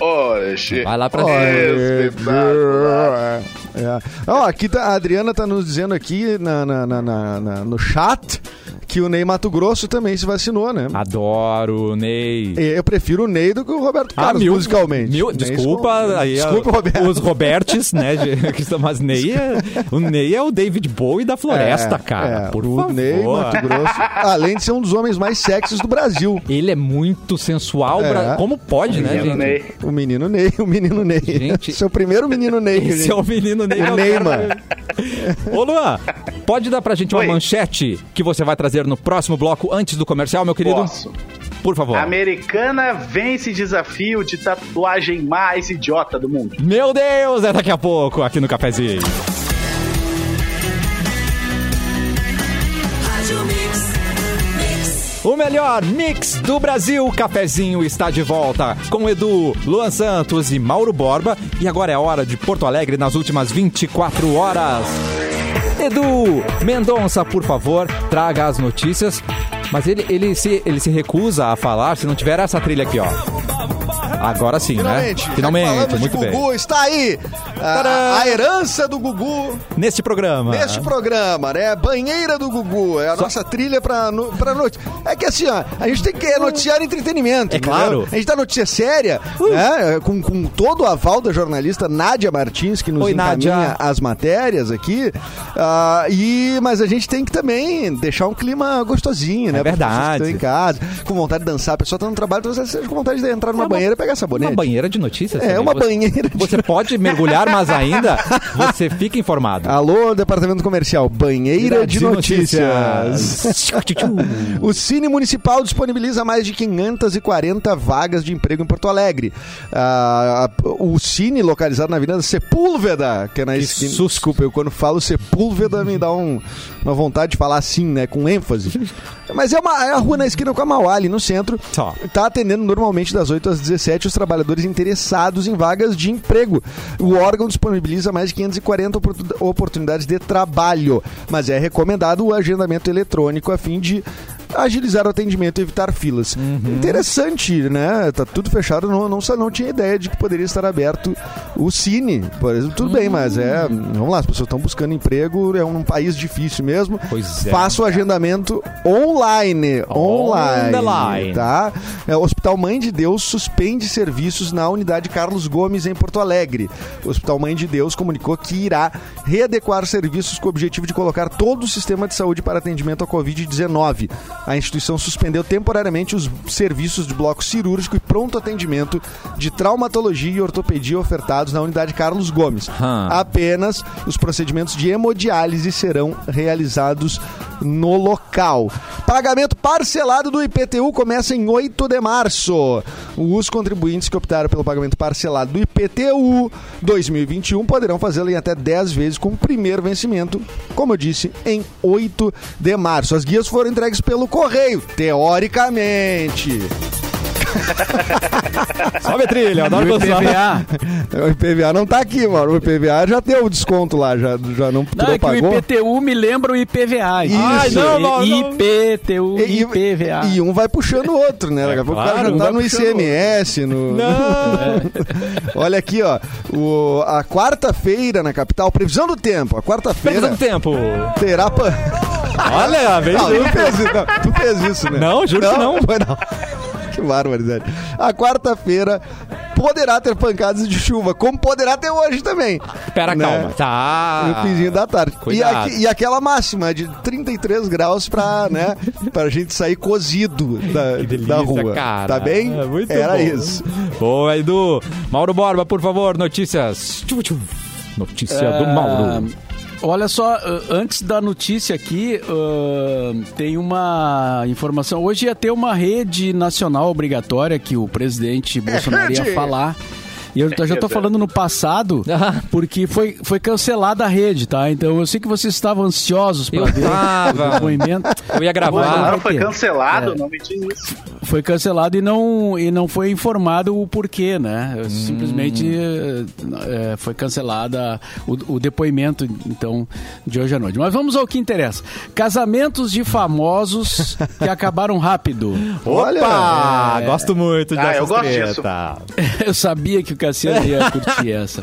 C: Oxe.
A: Vai lá pra
D: Olha, Né,
C: Espetacular.
D: é. Ó, aqui tá, a Adriana tá nos dizendo aqui na, na- na- na- na- no chat que o Ney Mato Grosso também se vacinou, né?
A: Ah. Adoro, Ney.
D: E Eu prefiro o Ney do que o Roberto Carlos,
A: Ah, mil-
D: musicalmente.
A: mil-
D: Ney
A: desculpa,
D: escol-
A: aí, ó,
D: desculpa, Roberto.
A: os Robertes, né? de- que são- Mas Ney é, o Ney é o David Bowie da floresta,
D: É,
A: cara.
D: é,
A: por
D: o
A: favor.
D: Ney Mato Grosso, além de ser um dos homens mais sexys do Brasil.
A: Ele é muito sensual.
D: É.
A: bra- Como pode, né,
C: Menino
A: gente?
C: Ney.
D: O menino Ney, o menino Ney.
A: Gente-
D: Seu primeiro menino Ney. que a
A: Esse
D: gente-
A: é o menino Ney.
D: O
A: é o
D: Ney,
A: cara-
D: mano.
A: Ô, Luan, pode dar pra gente uma
C: Oi.
A: manchete que você vai trazer no próximo bloco antes do comercial, meu querido?
C: Posso.
A: Por favor.
C: Americana vence desafio de tatuagem mais idiota do mundo.
A: Meu Deus, é daqui a pouco aqui no Cafezinho.
F: Rádio Mix, Mix,
A: O melhor mix do Brasil, Cafezinho está de volta com Edu, Luan Santos e Mauro Borba. E agora é a hora de Porto Alegre nas últimas 24 horas. Edu Mendonça, por favor, traga as notícias. Mas ele, ele, se, ele se recusa a falar se não tiver essa trilha aqui, ó. Agora sim,
D: Finalmente,
A: né?
D: já
A: Finalmente,
D: falamos
A: muito
D: de
A: bem.
D: Gugu, está aí
A: Tcharam!
D: a, a herança do Gugu
A: Neste programa.
D: neste programa, né? Banheira do Gugu, é a nossa trilha pra, no, pra noite. É que assim, ó, a gente tem que noticiar entretenimento.
A: É
D: entendeu?
A: claro.
D: A gente dá notícia séria, né? Com, com todo o aval da jornalista Nádia Martins, que nos
A: Oi,
D: encaminha
A: Nádia.
D: as matérias aqui. Ah, e, mas a gente tem que também deixar um clima gostosinho, né?
A: É
D: Pra pessoas que
A: verdade.
D: estão em casa, com vontade de dançar. A pessoa tá no trabalho, então você fica com vontade de entrar numa
A: É uma-
D: banheira e pegar sabonete.
A: Uma banheira de notícias.
D: É,
A: também.
D: uma
A: Você-
D: banheira de
A: Você pode mergulhar, mas ainda você fica informado.
D: Alô, departamento comercial, banheira de, notícias.
A: notícias.
D: O Cine Municipal disponibiliza mais de 540 vagas de emprego em Porto Alegre. Ah, o Cine, localizado na Avenida Sepúlveda, que é na esquina.
A: susto.
D: Desculpa, eu quando falo Sepúlveda me dá um- uma vontade de falar assim, né? Com ênfase. Mas é, uma, é a rua na esquina com a Mauá, ali no centro.
A: Tá.
D: Está atendendo normalmente das 8 às 17 os trabalhadores interessados em vagas de emprego. O órgão disponibiliza mais de 540 oportu- oportunidades de trabalho, mas é recomendado o agendamento eletrônico a fim de agilizar o atendimento e evitar filas.
A: Uhum.
D: Interessante, né? Tá tudo fechado, não, não, sa- não tinha ideia de que poderia estar aberto o Cine, por exemplo. Tudo bem, mas é.
A: Hum.
D: Vamos lá, as pessoas estão buscando emprego, é um país difícil mesmo.
A: Pois é.
D: Faça o agendamento online. Online.
A: Online.
D: Tá? É, o Hospital Mãe de Deus suspende serviços na unidade Carlos Gomes, em Porto Alegre. O Hospital Mãe de Deus comunicou que irá readequar serviços com o objetivo de colocar todo o sistema de saúde para atendimento à Covid-19. A instituição suspendeu temporariamente os serviços de bloco cirúrgico e pronto atendimento de traumatologia e ortopedia ofertados na unidade Carlos Gomes.
A: Hum.
D: Apenas os procedimentos de hemodiálise serão realizados no local. Pagamento parcelado do IPTU começa em 8 de março. Os contribuintes que optaram pelo pagamento parcelado do IPTU 2021 poderão fazê-lo em até 10 vezes com o primeiro vencimento, como eu disse, em 8 de março. As guias foram entregues pelo correio, teoricamente.
A: Sobe a trilha, eu adoro
B: E o
A: gostar.
B: IPVA.
D: O IPVA não tá aqui, mano. O IPVA já deu o desconto lá, já, já não, tu
B: Não, é que o
D: pagou.
B: IPTU me lembra o IPVA.
D: Isso.
B: Ai, não, não,
A: não.
B: IPTU,
D: E, e-
B: IPVA.
D: e um vai puxando o outro, né? Daqui a pouco o cara
A: É claro,
D: já
B: um
D: tá
B: vai
D: no
B: puxando o
D: ICMS, no.
A: É.
D: Olha aqui, ó. O, a quarta-feira na capital, previsão do tempo. A
A: Perda
D: quarta-feira
A: do tempo.
D: terá. pa-
A: Olha, vem
D: Não,
A: junto.
D: tu fez, isso, não, tu fez isso, né?
A: Não, juro que não.
D: Foi não. Que barbaridade. A quarta-feira poderá ter pancadas de chuva, como poderá ter hoje também.
A: Pera,
D: Né?
A: calma.
D: no
A: Tá.
D: finzinho da tarde. E,
A: cuidado.
D: aqui- e aquela máxima de 33 graus pra, né, pra gente sair cozido da,
A: Que delícia,
D: da rua.
A: cara.
D: Tá bem?
A: É, muito
D: Era
A: bom.
D: isso.
A: Boa, Edu. Mauro Borba, por favor, notícias. Tchum, tchum. Notícia É do
B: Ah,
A: Mauro.
B: Olha só, ah, antes da notícia aqui, ah, tem uma informação. Hoje ia ter uma rede nacional obrigatória que o
D: É
B: presidente Bolsonaro ia falar. E eu já tô falando no passado,
A: Ah.
B: porque foi, foi cancelada a rede, tá? Então eu sei que vocês estavam ansiosos
A: Eu
B: para ver
A: tava.
B: o depoimento.
A: Ah, Eu ia gravar.
B: Vai
C: Bolsonaro foi
B: ter.
C: cancelado, não me diz isso.
B: Foi cancelado e não, e não foi informado o porquê, né? Simplesmente
A: Hum.
B: eh, eh, foi cancelada o, o depoimento, então, de hoje à noite. Mas vamos ao que interessa. Casamentos de famosos que acabaram rápido.
A: Opa! Gosto muito
C: Ah,
A: dessa
C: eu gosto disso.
B: Eu sabia que o Cassiano ia curtir essa.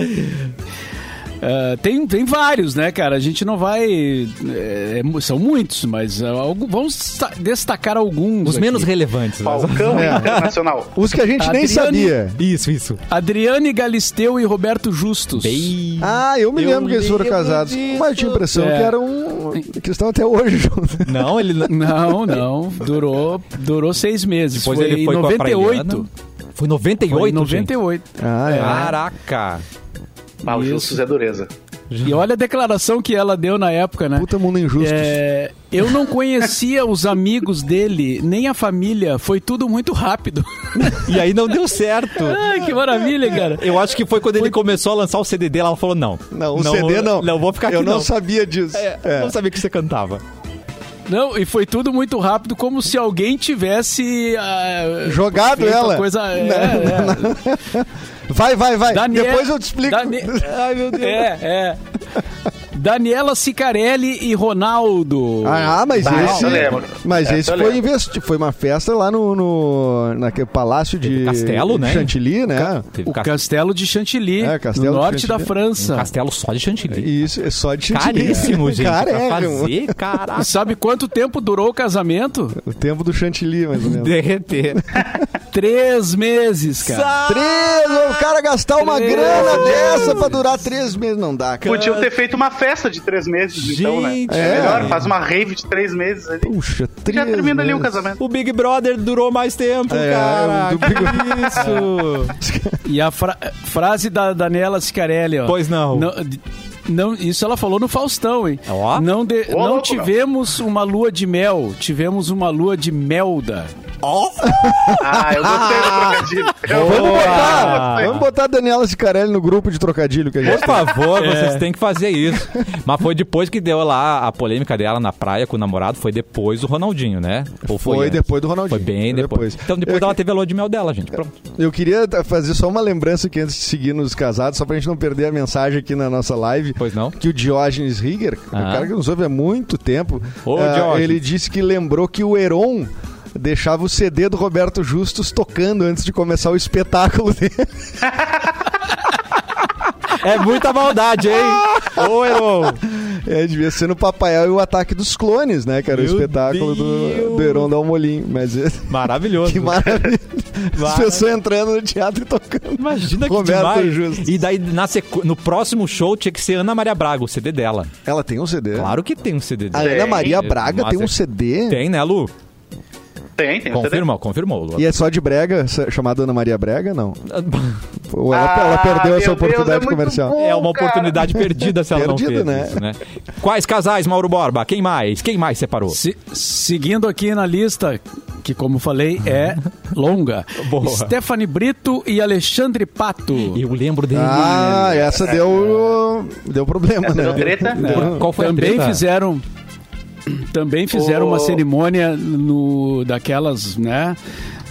B: Ah, tem, tem vários, né, cara? A gente não vai. eh, é mu- são muitos, mas ah, algu- vamos desta- destacar alguns.
A: Os
B: aqui.
A: menos relevantes. né?
C: Falcão Internacional.
B: É.
D: Os que a gente nem
B: Adriane-
D: sabia.
A: Isso, isso.
B: Adriane Galisteu e Roberto Justus.
D: Ah, eu me
A: Eu
D: lembro que eles foram
A: lembro
D: casados.
A: disso.
D: Mas eu tinha a impressão
B: É.
D: que eram. que estão até hoje juntos.
A: Não, ele não.
B: Não, não. Durou, durou seis meses.
A: Depois
B: foi
A: ele
B: em
A: foi com a
B: 98.
A: Praiana. Foi 98,
B: Foi em
A: gente.
B: 98.
D: Ah,
A: Caraca.
C: Ah, o
B: Isso.
C: Justus é dureza.
B: E olha a declaração que ela deu na época, né?
D: Puta mundo injusto.
B: É, eu não conhecia os amigos dele, nem a família. Foi tudo muito rápido.
A: E aí não deu certo.
B: Ai, que maravilha, cara.
A: Eu acho que foi quando ele começou a lançar o CD dele, ela falou, não.
D: Não, o CD não.
A: Não, vou ficar aqui
D: Eu não,
A: não.
D: sabia disso.
A: É,
D: É.
A: Não sabia que você cantava.
B: Não, e foi tudo muito rápido, como se alguém tivesse. ah,
D: Jogado
B: feito a
D: ela.
B: Coisa, é, é.
D: Vai, vai, vai.
B: Daniel-
D: Depois eu te explico.
B: Dani-
A: Ai, meu Deus.
B: É, é. Daniela Sicarelli e Ronaldo.
D: Ah, mas
C: Bah,
D: esse,
C: eu lembro.
D: mas
C: né? Essa
D: esse
C: eu
D: foi
C: lembro.
D: investi foi uma festa lá no, no naquele palácio de
A: Teve castelo, né?
D: Chantilly, né?
A: Teve
B: O
A: cas-
B: Castelo de Chantilly,
D: É, Castelo
B: no
D: de
B: norte da
D: Chantilly.
B: França.
A: Castelo só de chantilly.
D: E isso é só de Chantilly. é,
A: Caríssimo, gente.
D: Careca,
A: pra
D: mano.
A: fazer,
B: E
A: caraca.
B: sabe quanto tempo durou o casamento?
D: O tempo do Chantilly, mais ou menos.
A: Derreter.
B: Três meses, cara.
A: Ah,
D: Três, o cara gastar uma
B: Três.
D: grana dessa pra durar três meses não dá, cara.
C: Podiam ter feito uma festa de três meses, então, né?
A: Gente.
D: Então, É.
C: Melhor, faz uma rave de três meses ali.
D: Puxa, três
C: Já termina ali o
D: meses.
C: casamento.
A: O Big Brother durou mais tempo,
D: É,
A: cara.
D: o do Big Brother.
A: Isso.
B: E a fra- frase da Daniela Sicarelli, ó.
A: Pois não.
B: Não, de- não- isso ela falou no Faustão, hein?
A: Ó.
B: Não, de-
C: Ô,
B: não
C: louco,
B: tivemos uma lua de mel, tivemos uma lua de melda.
A: Ó.
C: Ah, eu gostei do trocadilho. Eu
D: Vamos
C: gostei,
D: botar,
C: eu
D: vamos botar a Daniela Sicarelli no grupo de trocadilho que a
A: Por
D: gente tem.
A: favor, vocês têm que fazer isso. Mas foi depois que deu lá a polêmica dela na praia com o namorado, foi depois do Ronaldinho, né? Ou
D: Foi,
A: antes?
D: depois do Ronaldinho.
A: Foi bem
D: Foi
A: depois.
D: depois.
A: Então depois
D: Eu
A: ela
D: que-
A: teve a lua de mel dela, gente. Pronto.
D: Eu queria t- fazer só uma lembrança aqui antes de seguir nos casados, só pra gente não perder a mensagem aqui na nossa live.
A: Pois não?
D: Que o Diógenes Rigger,
A: Ah.
D: o cara que nos ouve há muito tempo,
A: Ô,
D: eh,
A: Diógenes.
D: ele disse que lembrou que o Heron deixava o CD do Roberto Justus tocando antes de começar o espetáculo dele.
A: É muita maldade, hein?
D: Ah!
A: Ô, Heron.
D: É, devia ser no Papaial e o Ataque dos Clones, né? Que era
A: Meu
D: o espetáculo
A: Deus.
D: do, do Heron Dalmolin. Mas eh,
A: Maravilhoso.
D: que maravilha. As
A: Maravilha.
D: pessoas entrando no teatro e tocando.
A: Imagina que
D: Roberto
A: demais.
D: Justus.
A: E daí na sequ- no próximo show tinha que ser Ana Maria Braga, o CD dela.
D: Ela tem um CD?
A: Claro que tem um CD
D: A
A: dela.
D: Ana Maria
A: Tem.
D: Braga tem um
A: Mas é-
D: CD?
A: Tem, né, Lu?
C: Tem, tem.
A: Confirma, confirmou, Lu.
D: E é só de brega, sa- chamada Ana Maria Brega, não? Ou ela,
C: Ah,
D: ela perdeu
C: meu
D: essa
C: Deus, é
D: oportunidade
C: muito
D: comercial?
C: bom.
A: É uma
C: cara.
A: oportunidade perdida se ela
D: Perdido,
A: não fez
D: né?
A: isso, né? Quais casais, Mauro Borba? Quem mais? Quem mais separou?
B: Se- seguindo aqui na lista, que como falei, é longa.
A: Boa.
B: Stephanie Brito e Alexandre Pato.
A: Eu lembro dele.
B: É.
D: Ah, essa deu. deu problema,
C: Essa
D: né?
C: deu treta?
A: É. Qual foi a
B: também
A: treta?
B: fizeram também fizeram
C: O-
B: uma cerimônia no daquelas, né?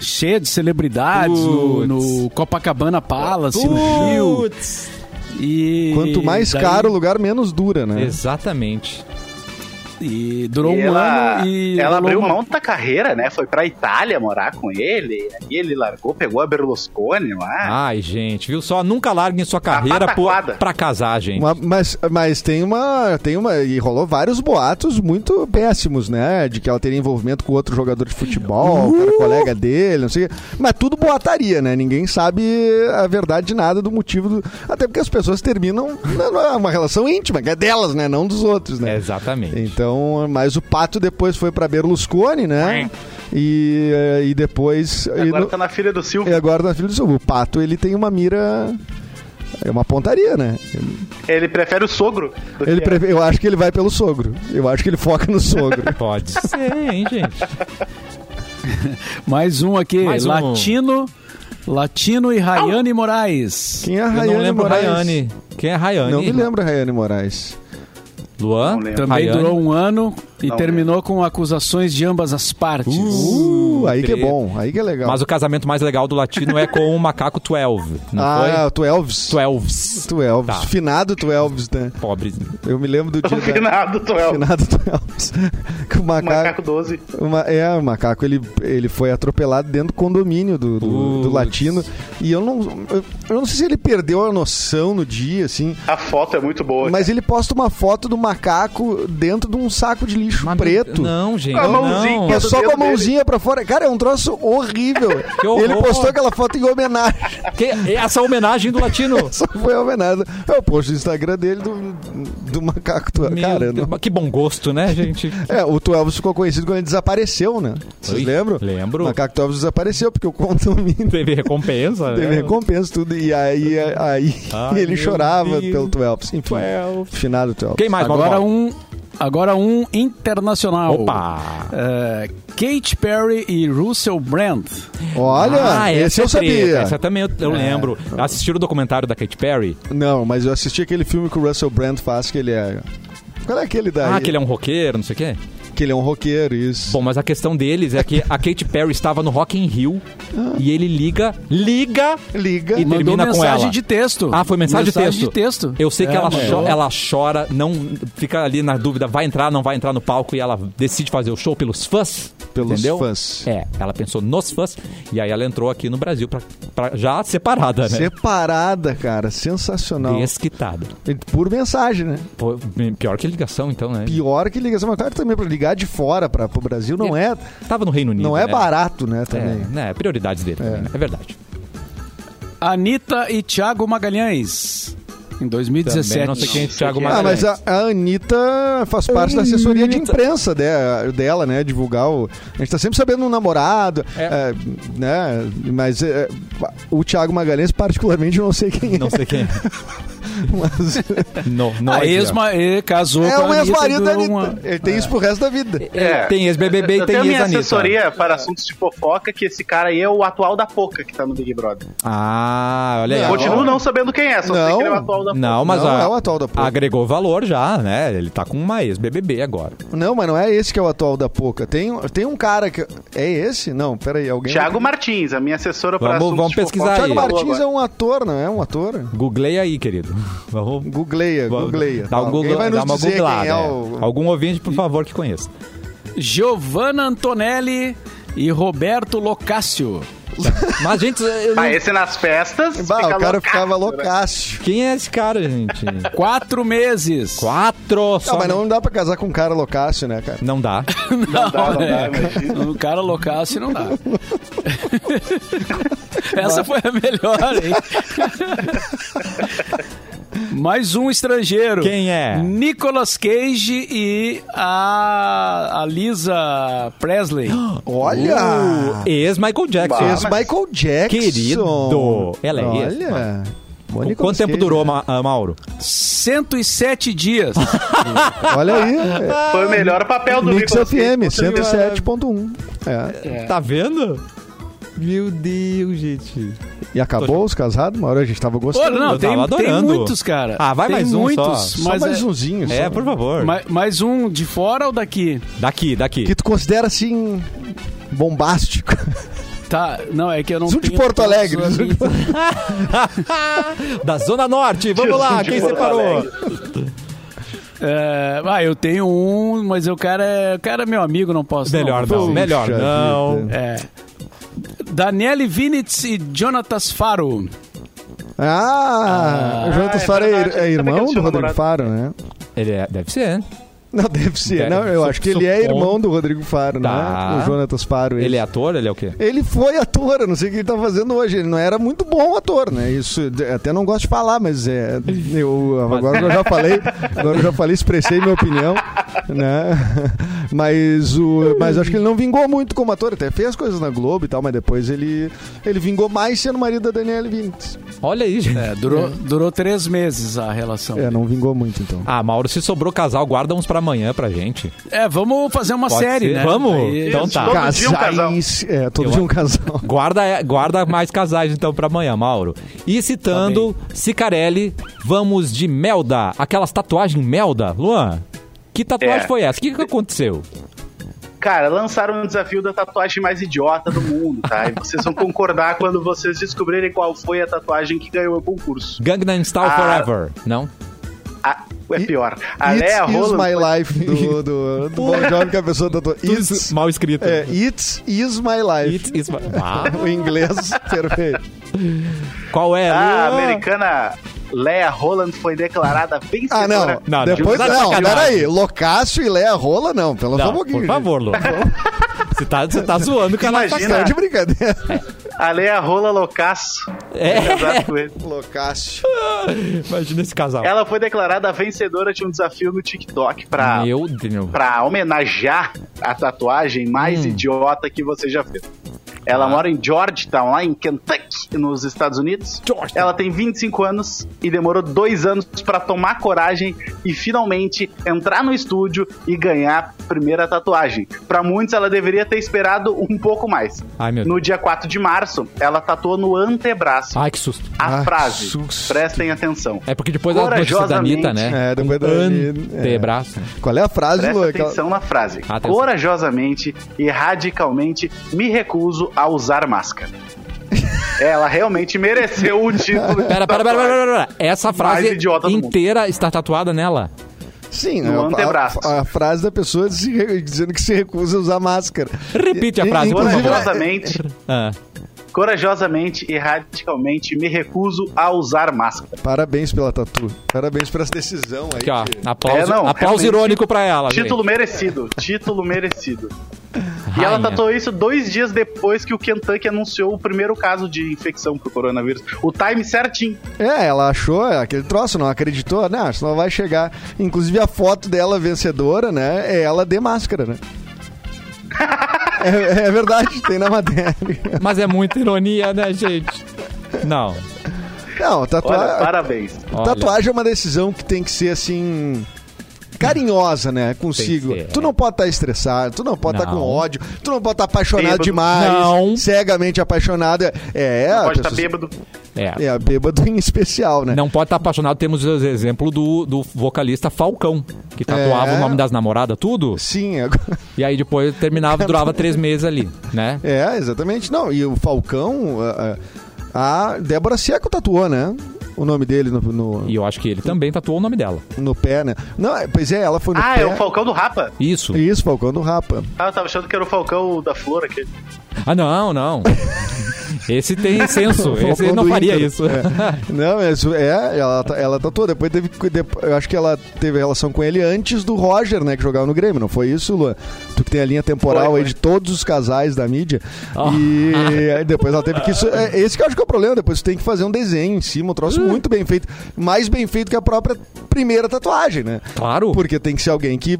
B: Cheia de celebridades no,
A: Putz.
B: no Copacabana Palace, no Rio.
A: Putz.
B: E
D: Quanto mais
B: daí-
D: caro o lugar, menos dura, né?
A: É. Exatamente.
B: E durou um
C: ela,
B: ano e. um
C: ela
B: rolou
C: abriu
B: uma-
C: mão da carreira, né? Foi pra Itália morar com ele. Aí ele largou, pegou a Berlusconi
D: Ah,
C: lá.
A: Ai, gente, viu só? Nunca larguem sua carreira por,
C: Ah. Tá pataquada.
A: pra casar, gente.
D: Uma- mas, mas tem uma. Tem uma. E rolou vários boatos muito péssimos, né? De que ela teria envolvimento com outro jogador de futebol, que era colega dele, não sei. o quê. Mas tudo boataria, né? Ninguém sabe a verdade de nada do motivo do. Até porque as pessoas terminam na- na- uma relação íntima, que é delas, né? Não dos outros, né?
A: Exatamente.
D: Então, mas o Pato depois foi pra Berlusconi, né? E, eh, e depois.
C: E
D: e
C: agora
D: no-
C: tá na filha do Silvio.
D: e agora na filha do Silvio. O Pato, ele tem uma mira. É uma pontaria, né?
C: Ele prefere o sogro. do
D: Ele
C: que
D: prefere- Eu acho que ele vai pelo sogro. Eu acho que ele foca no sogro.
A: Pode ser, hein, gente?
B: Mais um aqui,
A: Mais um.
B: Latino. Latino e Rayane Moraes.
D: Quem é a
A: Eu
D: Rayane
A: não lembro
D: Moraes?
A: Rayane. Quem é Rayane?
D: Não me lembro a Rayane Moraes.
A: Luan?
C: Não lembro.
B: Também
A: Rayane?
B: durou um ano e
C: Não, é.
B: terminou com acusações de ambas as partes.
D: Uh, aí que é
A: treta.
D: bom, aí que é legal.
A: Mas o casamento mais legal do latino é com o macaco 12, não
D: ah, tu Elvis.
A: foi? 12.
D: Tu é Elvis.
A: Tá.
D: Finado tu Elvis, né?
A: Pobre.
D: Eu me lembro do
C: O
D: dia da...
C: finado, tu é o
D: Finado tu Elvis. que o macaco...
C: macaco 12.
D: Uma- é, o macaco ele, ele foi atropelado dentro do condomínio do, do, do
A: Putz.
D: latino. E eu não, eu, eu não sei se ele perdeu a noção no dia, assim.
C: A foto é muito boa.
D: Mas ele posta uma foto do macaco dentro de um saco de lixo
A: Mas-
D: preto.
A: Não, gente.
C: Com a
A: não.
C: mãozinha.
D: É
C: do
D: só com
C: dedo
D: a mãozinha pra fora. Cara, é um troço horrível.
A: Que horror.
D: ele postou aquela foto em homenagem.
A: Que- essa é homenagem do latino.
D: Só foi homenagem. É o post do Instagram dele do, do macaco. Do...
A: Meu
D: Cara,
A: Deus,
D: não-
A: Que bom gosto, né, gente?
D: É, o Tuelvis ficou conhecido quando ele desapareceu, né? Vocês
A: Oi,
D: lembram?
A: lembro.
D: O Macaco Tuelvis desapareceu porque o condomínio
A: Teve recompensa,
D: Teve
A: né?
D: recompensa, tudo. E aí, aí
A: Ai,
D: ele
A: meu
D: chorava
A: Deus.
D: pelo Twelps. Enfim, finado Twelps.
A: Quem mais, Mauro
B: Agora
A: Borba?
B: um, agora um internacional.
A: Opa!
B: É, Kate Perry e Russell Brand.
D: Olha,
A: ah, essa
D: esse eu
A: é treta,
D: sabia. É.
A: Essa também eu, eu lembro. Assistiram o documentário da Katy Perry?
D: Não, mas eu assisti aquele filme que o Russell Brand faz, que ele é... Qual é aquele daí?
A: Ah, que ele é um roqueiro, não sei o quê.
D: Que ele é um roqueiro, isso.
A: Bom, mas a questão deles é que a Katy Perry estava no Rock in Rio
D: Ah.
A: e ele liga, liga
D: Liga.
A: E-
B: Mandou
A: Termina com
B: mensagem
A: ela.
B: de texto.
A: Ah, foi mensagem, de texto.
B: de texto.
A: Eu sei que
B: É,
A: ela,
B: mandou.
A: cho- ela chora, não fica ali na dúvida, vai entrar, não vai entrar no palco e ela decide fazer o show pelos fãs.
D: Pelos
A: entendeu?
D: fãs.
A: É, ela pensou nos fãs e aí ela entrou aqui no Brasil pra, pra- já separada, né?
D: Separada, cara. Sensacional.
A: Desquitada.
D: Por mensagem, né?
A: Pô, Pior que ligação, então, né?
D: Pior que ligação. Mas claro que também pra ligar de fora pra, pro Brasil não é,
A: Tava no Reino Unido.
D: não é
A: né?
D: barato, né?
A: É,
D: Também.
A: né? Prioridades dele, também, né? é verdade.
B: Anitta e Thiago Magalhães.
A: Também
B: Em 2017.
A: não sei quem é Thiago
D: Ah,
A: Magalhães.
D: mas a, a Anitta faz parte da assessoria de imprensa de- dela, né? Divulgar o. A gente tá sempre sabendo um namorado,
A: É.
D: é, né? Mas é, o Thiago Magalhães, particularmente, eu não sei quem é.
A: Não sei quem. é.
D: mas
A: Não, não
B: A
A: é
B: ex-ma- eh, casou
D: é
B: com
D: um
B: a Anitta. e
D: ex-marido da
B: durou
D: Anitta.
B: uma-
D: Ele tem isso pro resto da vida.
A: É, tem ex-BBB e
C: eu
A: tem
C: tenho a minha
A: ex-Anitta.
C: assessoria para assuntos de fofoca, que esse cara aí é o atual da Poca que tá no Big Brother.
A: Ah, olha aí.
D: Não.
C: Continuo não sabendo quem é, só sei
D: Não.
C: que ele é o atual da Poca.
A: Não, mas
D: Não,
A: a-
D: é o atual da Poca.
A: agregou valor já, né? Ele tá com uma ex-BBB agora.
D: Não, mas não é esse que é o atual da Poca. Tem, tem um cara que. É esse? Não, peraí, alguém.
C: Thiago Martins, a minha assessora para
A: Vamos-
C: assuntos
A: vamos
C: de fofoca.
A: pesquisar
D: Thiago
A: aí.
D: Martins é um ator, não é? Um ator?
A: Googlei aí, querido. Vamos.
D: Googleia, googleia. tá?
A: Dá, um
D: Alguém
A: Google,
D: vai nos
A: dá uma
D: dizer
A: googlada.
D: quem é
A: é.
D: o-
A: Algum ouvinte, por favor, que conheça.
B: Giovanna Antonelli e Roberto Locácio.
A: Mas, gente, eu não-
C: Bah, esse nas festas.
D: Bah,
C: fica
D: o cara
C: loucaço,
D: ficava
C: né?
D: loucaço.
A: quem é esse cara, gente?
B: Quatro meses.
A: Quatro só.
D: Não, mas não dá pra casar com um cara loucaço, né, cara?
A: Não dá.
C: Não dá, não dá, imagina.
B: O cara Locácio não dá. Essa foi a melhor, hein? Mais um estrangeiro.
A: Quem é?
B: Nicolas Cage e a, a Lisa Presley.
D: Olha!
A: Ex-Michael Uh, Jackson.
D: Fez Michael Jackson.
A: Querido, ela é esse,
D: Olha. Bom, Nicolas
A: Quanto tempo
D: Cage,
A: durou,
D: né?
A: Ma- ah, Mauro?
B: 107 dias.
D: Olha aí. é,
C: Foi o melhor papel do
D: Mix
C: Nicolas Cage.
D: FM, 107.1. É.
A: Tá vendo? Meu Deus, gente.
D: E acabou os casados? Uma hora a gente tava
B: Pô,
D: gostando.
B: não,
A: eu
B: tem,
A: tava
B: tem
A: adorando.
B: muitos, cara.
A: Ah, vai
B: Tem
A: mais um
B: muitos,
A: só.
D: Só
B: Mas
D: mais
B: é-
D: umzinho. só.
A: É, por favor.
B: ma- mais um de fora ou daqui?
A: Daqui, daqui.
D: Que tu considera assim. bombástico.
B: Tá, não, é que eu não
D: Zoom Um de
B: tenho
D: Porto
B: todos
D: Alegre,
B: os
D: zoom de
B: amigos.
A: Da Zona Norte, vamos
C: Jesus
A: lá,
C: de
A: quem
C: Porto
A: separou?
C: Alegre.
B: É, ah, eu tenho um, mas o cara é, o cara é meu amigo, não posso.
A: Melhor não,
D: Puxa
A: melhor
D: vida.
A: não.
B: É. Daniele Vinitz e Jonatas Faro.
D: Ah, o Jonathan
C: é
D: Faro é,
C: verdade.
D: é
C: Sabe
D: irmão
C: aquele
D: do
C: seu
D: Rodrigo
C: namorado?
D: Faro, né?
A: Ele é, deve ser, né?
D: Não, deve
A: Deve.
D: ser. Não, eu
A: Sup-
D: acho que ele é
A: supondo.
D: irmão do Rodrigo Faro,
A: Tá.
D: né? O Jonathan Faro.
A: Ele é ator, ele é o quê?
D: Ele foi ator, eu não sei o que ele tá fazendo hoje. Ele não era muito bom ator, né? Isso eu até não gosto de falar, mas é. Eu, agora eu já falei, agora eu já falei, expressei minha opinião, né? Mas, o, mas acho que ele não vingou muito como ator, até fez coisas na Globo e tal, mas depois ele, ele vingou mais sendo marido da Daniela Vintes.
A: Olha aí, gente.
B: É, durou, durou três meses a relação.
D: É, não vingou muito então.
A: Ah, Mauro, se sobrou casal, guarda uns pra amanhã pra gente.
B: É, vamos fazer uma
A: Pode
B: série,
A: ser?
B: né?
A: Vamos?
B: Aí- tipo,
A: Então
C: Isso,
A: tá.
C: vamos. Todo dia um casal.
D: Casais- É, todo dia um casal.
A: Guarda, é, guarda mais casais então pra amanhã, Mauro. E citando
B: Tá
A: Cicarelli, vamos de Melda, aquelas tatuagens Melda. Luan, que tatuagem
C: É.
A: foi essa? O que, que aconteceu?
C: Cara, lançaram um desafio da tatuagem mais idiota do mundo, tá? E vocês vão concordar quando vocês descobrirem qual foi a tatuagem que ganhou o concurso.
A: Gangnam Style
C: Ah.
A: Forever, não?
C: A, é
D: E-
C: pior. A
D: It's
C: Léa
D: is
C: Roland.
D: my life do, do, do Bon Jovi que é a pessoa tatuou. It's,
A: mal escrito.
D: é, it's is my life.
A: It is my- Ah,
D: O inglês, perfeito.
A: qual é?
C: Ah, A
A: Luan?
C: americana Léa Roland foi declarada
D: Ah,
C: vencedora. um
D: não.
A: Não, não.
D: Depois,
A: Tá
D: não,
A: sacanagem.
D: peraí. Locácio e Léa Rola, não. Pelo
A: Não,
D: favor,
B: né?
A: por favor, Luan. Você tá, você tá zoando o cara.
C: Imagina.
D: Tá de brincadeira.
C: é A Léa Rola Loucaço.
A: É.
C: Casado com ele.
D: Locácio.
A: Imagina esse casal.
C: Ela foi declarada a vencedora de um desafio no TikTok pra,
A: Meu Deus.
C: pra homenagear a tatuagem
A: Hum.
C: mais idiota que você já fez.
A: Ah.
C: Ela mora em Georgetown, lá em Kentucky, nos Estados Unidos.
A: Georgetown.
C: Ela tem 25 anos e demorou dois anos pra tomar coragem e finalmente entrar no estúdio e ganhar a primeira tatuagem. Pra muitos, ela deveria ter esperado um pouco mais.
A: Ai, meu Deus.
C: No dia 4 de março, ela tatuou no antebraço
A: Ai, que susto.
C: a
D: Ah,
C: frase.
D: susto.
C: Prestem atenção.
A: É porque depois ela notícia da
C: Corajosamente.
A: Anitta, né?
D: É, depois da Anitta, é.
A: Antebraço.
D: Qual é a frase,
C: Presta
D: Lu? Aquela-
C: atenção na frase.
A: Atenção.
C: Corajosamente e radicalmente me recuso a usar máscara. Ela realmente mereceu o título. de
A: Pera, pera, pera, pera, pera, pera. Essa frase
C: idiota do mundo.
A: inteira está tatuada nela.
D: Sim,
C: No
D: a- a-
C: antebraço.
D: A, frase da pessoa se re- dizendo que se recusa a usar máscara.
A: Repite a
D: E-
A: frase, por
D: inclusive, né?
A: favor.
C: Corajosamente
A: Ah.
C: Corajosamente e radicalmente me recuso a usar máscara.
D: Parabéns pela tatu. Parabéns por essa decisão aí.
A: Aqui, ó.
D: de-
A: Aplauso,
C: É, não,
A: aplauso
C: realmente.
A: irônico pra ela.
C: Título merecido, título merecido. E ela tatuou isso dois dias depois que o Kentucky anunciou o primeiro caso de infecção por coronavírus. O time certinho.
D: É, ela achou aquele troço, não acreditou. né? Não, senão vai chegar. Inclusive a foto dela vencedora, né? É ela de máscara, né? É, é verdade, tem na matéria.
A: Mas é muita ironia, né, gente? Não.
D: Não,
C: Olha,
D: tatuagem.
C: parabéns.
A: Olha.
D: Tatuagem é uma decisão que tem que ser assim. Carinhosa, né? Consigo.
A: Tem que ser,
D: Tu não pode estar estressado, tu não pode estar
A: Não.
D: com ódio, tu não pode estar apaixonado
C: Bêbado.
D: demais,
A: Não.
D: cegamente apaixonada. É, a
C: Pode estar
D: pessoa-
C: bêbado.
A: É.
D: é a bêbado em especial, né?
A: Não pode estar apaixonado. Temos o exemplo do, do vocalista Falcão, que tatuava
D: É.
A: o nome das namoradas, tudo.
D: Sim, agora.
A: E aí depois terminava, durava três meses ali, né?
D: É, exatamente. Não, e o Falcão, a, a- a Débora Seco tatuou, né? O nome dele no, no,
A: E eu acho que ele também tatuou o nome dela.
D: no pé, né? Não, é, pois é, ela foi no
C: Ah,
D: pé.
C: é o Falcão do Rapa.
A: Isso.
D: Isso, Falcão do Rapa.
C: Ah, eu tava achando que era o Falcão da Flor aqui.
A: Ah, não, não. Esse tem senso. Esse
D: Falcão
A: não
D: do
A: faria
D: Inter.
A: isso.
D: É. Não, isso é, ela, ta- ela tatuou. Depois teve. que- dep- Eu acho que ela teve relação com ele antes do Roger, né? Que jogava no Grêmio, não foi isso, Luan? Tu que tem a linha temporal
C: Foi,
D: aí
C: foi.
D: de todos os casais da mídia.
A: Oh.
D: E aí depois ela teve que. isso- é, Esse que eu acho que é o problema. Depois tu tem que fazer um desenho em cima, um
A: É.
D: troço muito bem feito. Mais bem feito que a própria primeira tatuagem, né?
A: Claro.
D: Porque tem que ser alguém que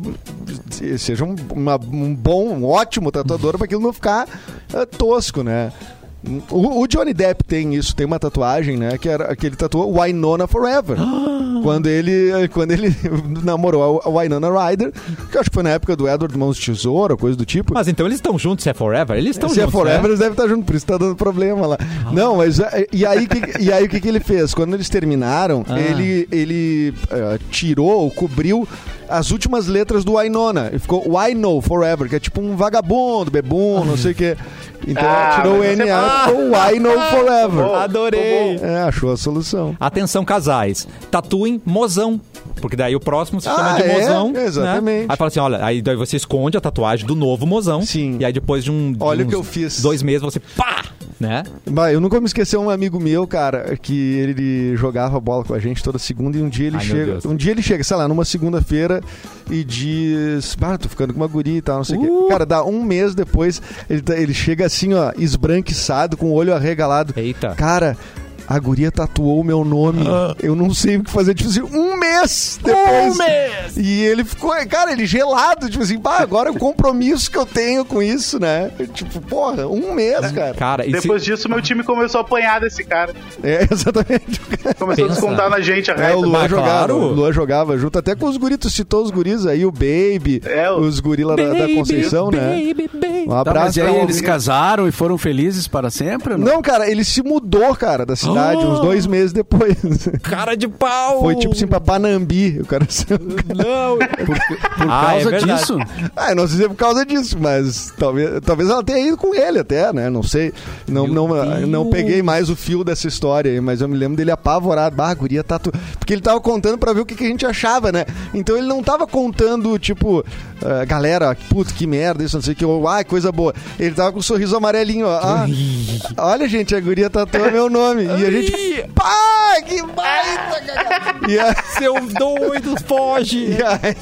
D: se- seja um, uma- um bom, um ótimo tatuador para aquilo não ficar eh, tosco, né? O, o Johnny Depp tem isso, tem uma tatuagem, né? Que era que ele tatuou Winona Forever. quando ele, eh, quando ele namorou a Winona Ryder, que eu acho que foi na época do Edward Mãos de Tesoura, coisa do tipo.
A: Mas então eles estão juntos, se é forever? Eles estão
D: Se
A: juntos.
D: é Forever,
A: né? Ah.
D: eles devem estar juntos, por isso tá dando problema lá. Não, mas. eh, E aí, que, e aí o que, que ele fez? Quando eles terminaram,
A: Ah.
D: ele, ele eh, tirou, cobriu as últimas letras do Ainona. E ficou Why No Forever, que é tipo um vagabundo, bebum, não sei o quê. Então
C: Ah,
D: tirou o
C: mas você-
D: NA e ficou Why No
A: Ah,
D: Forever.
A: Adorei.
D: É, achou a solução.
A: Atenção, casais. Tatuem mozão. Porque daí o próximo se chama
D: Ah,
A: de
D: é?
A: mozão. né?
D: Exatamente.
A: Aí fala assim: olha, aí daí você esconde a tatuagem do novo mozão.
D: Sim.
A: E aí depois de um. de
D: Olha o
A: uns
D: que eu fiz.
A: Dois meses você. Pá! Né?
D: Bah, eu nunca vou me esqueci um amigo meu, cara, que ele jogava bola com a gente toda segunda e um dia ele
A: Ai, meu
D: chega.
A: Deus.
D: Um dia ele chega, sei lá, numa segunda-feira e diz: Ah, tô ficando com uma guria e tal, não sei o
A: Uh!
D: quê. Cara, dá um mês depois, ele, tá- ele chega assim, ó, esbranquiçado, com o olho arregalado.
A: Eita. Ah.
D: Cara. A guria tatuou o meu nome. Eu não sei o que fazer. Tipo assim, um mês depois. Um mês! E ele ficou, cara, ele gelado. Tipo assim, bah, agora o compromisso que eu tenho com isso, né? Tipo, porra, um mês, cara.
A: Cara, e se-
C: Depois disso, meu time começou a apanhar desse cara.
D: É, exatamente.
C: Começou a
A: Pensa.
C: descontar na gente a
D: É,
C: raiva.
D: o Luan
A: Mas,
D: jogava.
A: claro.
D: O Luan jogava junto até com os guritos, citou os guris aí, o Baby,
C: É, o-
D: os gorila da, da Conceição, né?
A: Baby, baby.
B: Tá,
D: Um
B: mas
D: abraço
B: e
D: pra
B: aí eles
D: ouvir.
B: casaram e foram felizes para sempre? né? ou Não.
D: Não, cara, ele se mudou, cara, da cidade uns dois meses depois.
A: Cara de pau!
D: Foi tipo assim pra Panambi. O cara saiu-
A: Não! Ah, é Por,
B: Por causa disso?
D: Ah, eu não sei se é por causa disso, mas talvez, talvez ela tenha ido com ele até, né? Não sei. Não,
A: Meu
D: não, ah,
A: Deus.
D: não peguei mais o fio dessa história aí, mas eu me lembro dele apavorado. Bah, a guria tatu... Porque ele tava contando pra ver o que, que a gente achava, né? Então ele não tava contando, tipo, ah, galera, puto, que merda, isso, não sei o que. Ou, ah, coisa boa. Ele tava com um sorriso amarelinho, ó. Ah, olha, gente, a guria tatuou meu nome. E a gente. Pá, que baita, cara. E a-
A: Seu doido, foge!
D: e aí,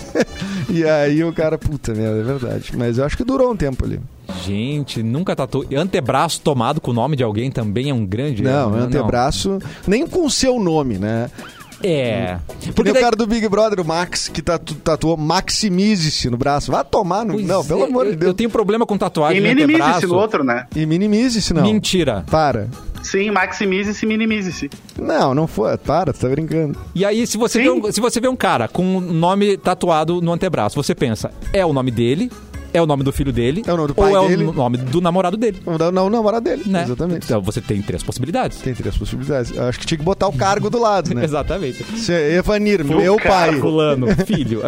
D: e aí o cara, puta merda, é verdade. Mas eu acho que durou um tempo ali.
A: Gente, nunca tatuou. Antebraço tomado com o nome de alguém também é um grande.
D: Não,
A: erro,
D: é
A: né?
D: antebraço, nem com o seu nome, né?
A: É.
D: Porque
A: Porque
D: o
A: daí-
D: cara do Big Brother, o Max, que tatu, tatuou Maximize-se no braço. Vai tomar no.
A: Pois
D: não, pelo
A: é,
D: amor de
A: eu-
D: Deus.
A: Eu tenho problema com tatuagem
C: E
A: no
C: minimize-se
A: antebraço.
C: no outro, né?
D: E minimize-se, não.
A: Mentira.
D: Para.
C: Sim, maximize-se, minimize-se.
D: Não, não foi. Para, tu tá brincando.
A: E aí, se você,
C: Sim.
A: vê um, se você vê um cara com um nome tatuado no antebraço, você pensa, é o nome dele, é o nome do filho dele,
D: É o nome do
A: ou
D: pai
A: é
D: dele.
A: o nome do namorado dele,
D: Vamos dar o nome namorado dele.
A: né?
D: Exatamente.
A: Então você tem três possibilidades.
D: Tem três possibilidades. Eu acho que tinha que botar o cargo do lado, né?
A: Exatamente.
D: Se é Evanir, meu pai.
A: Fulano, filho.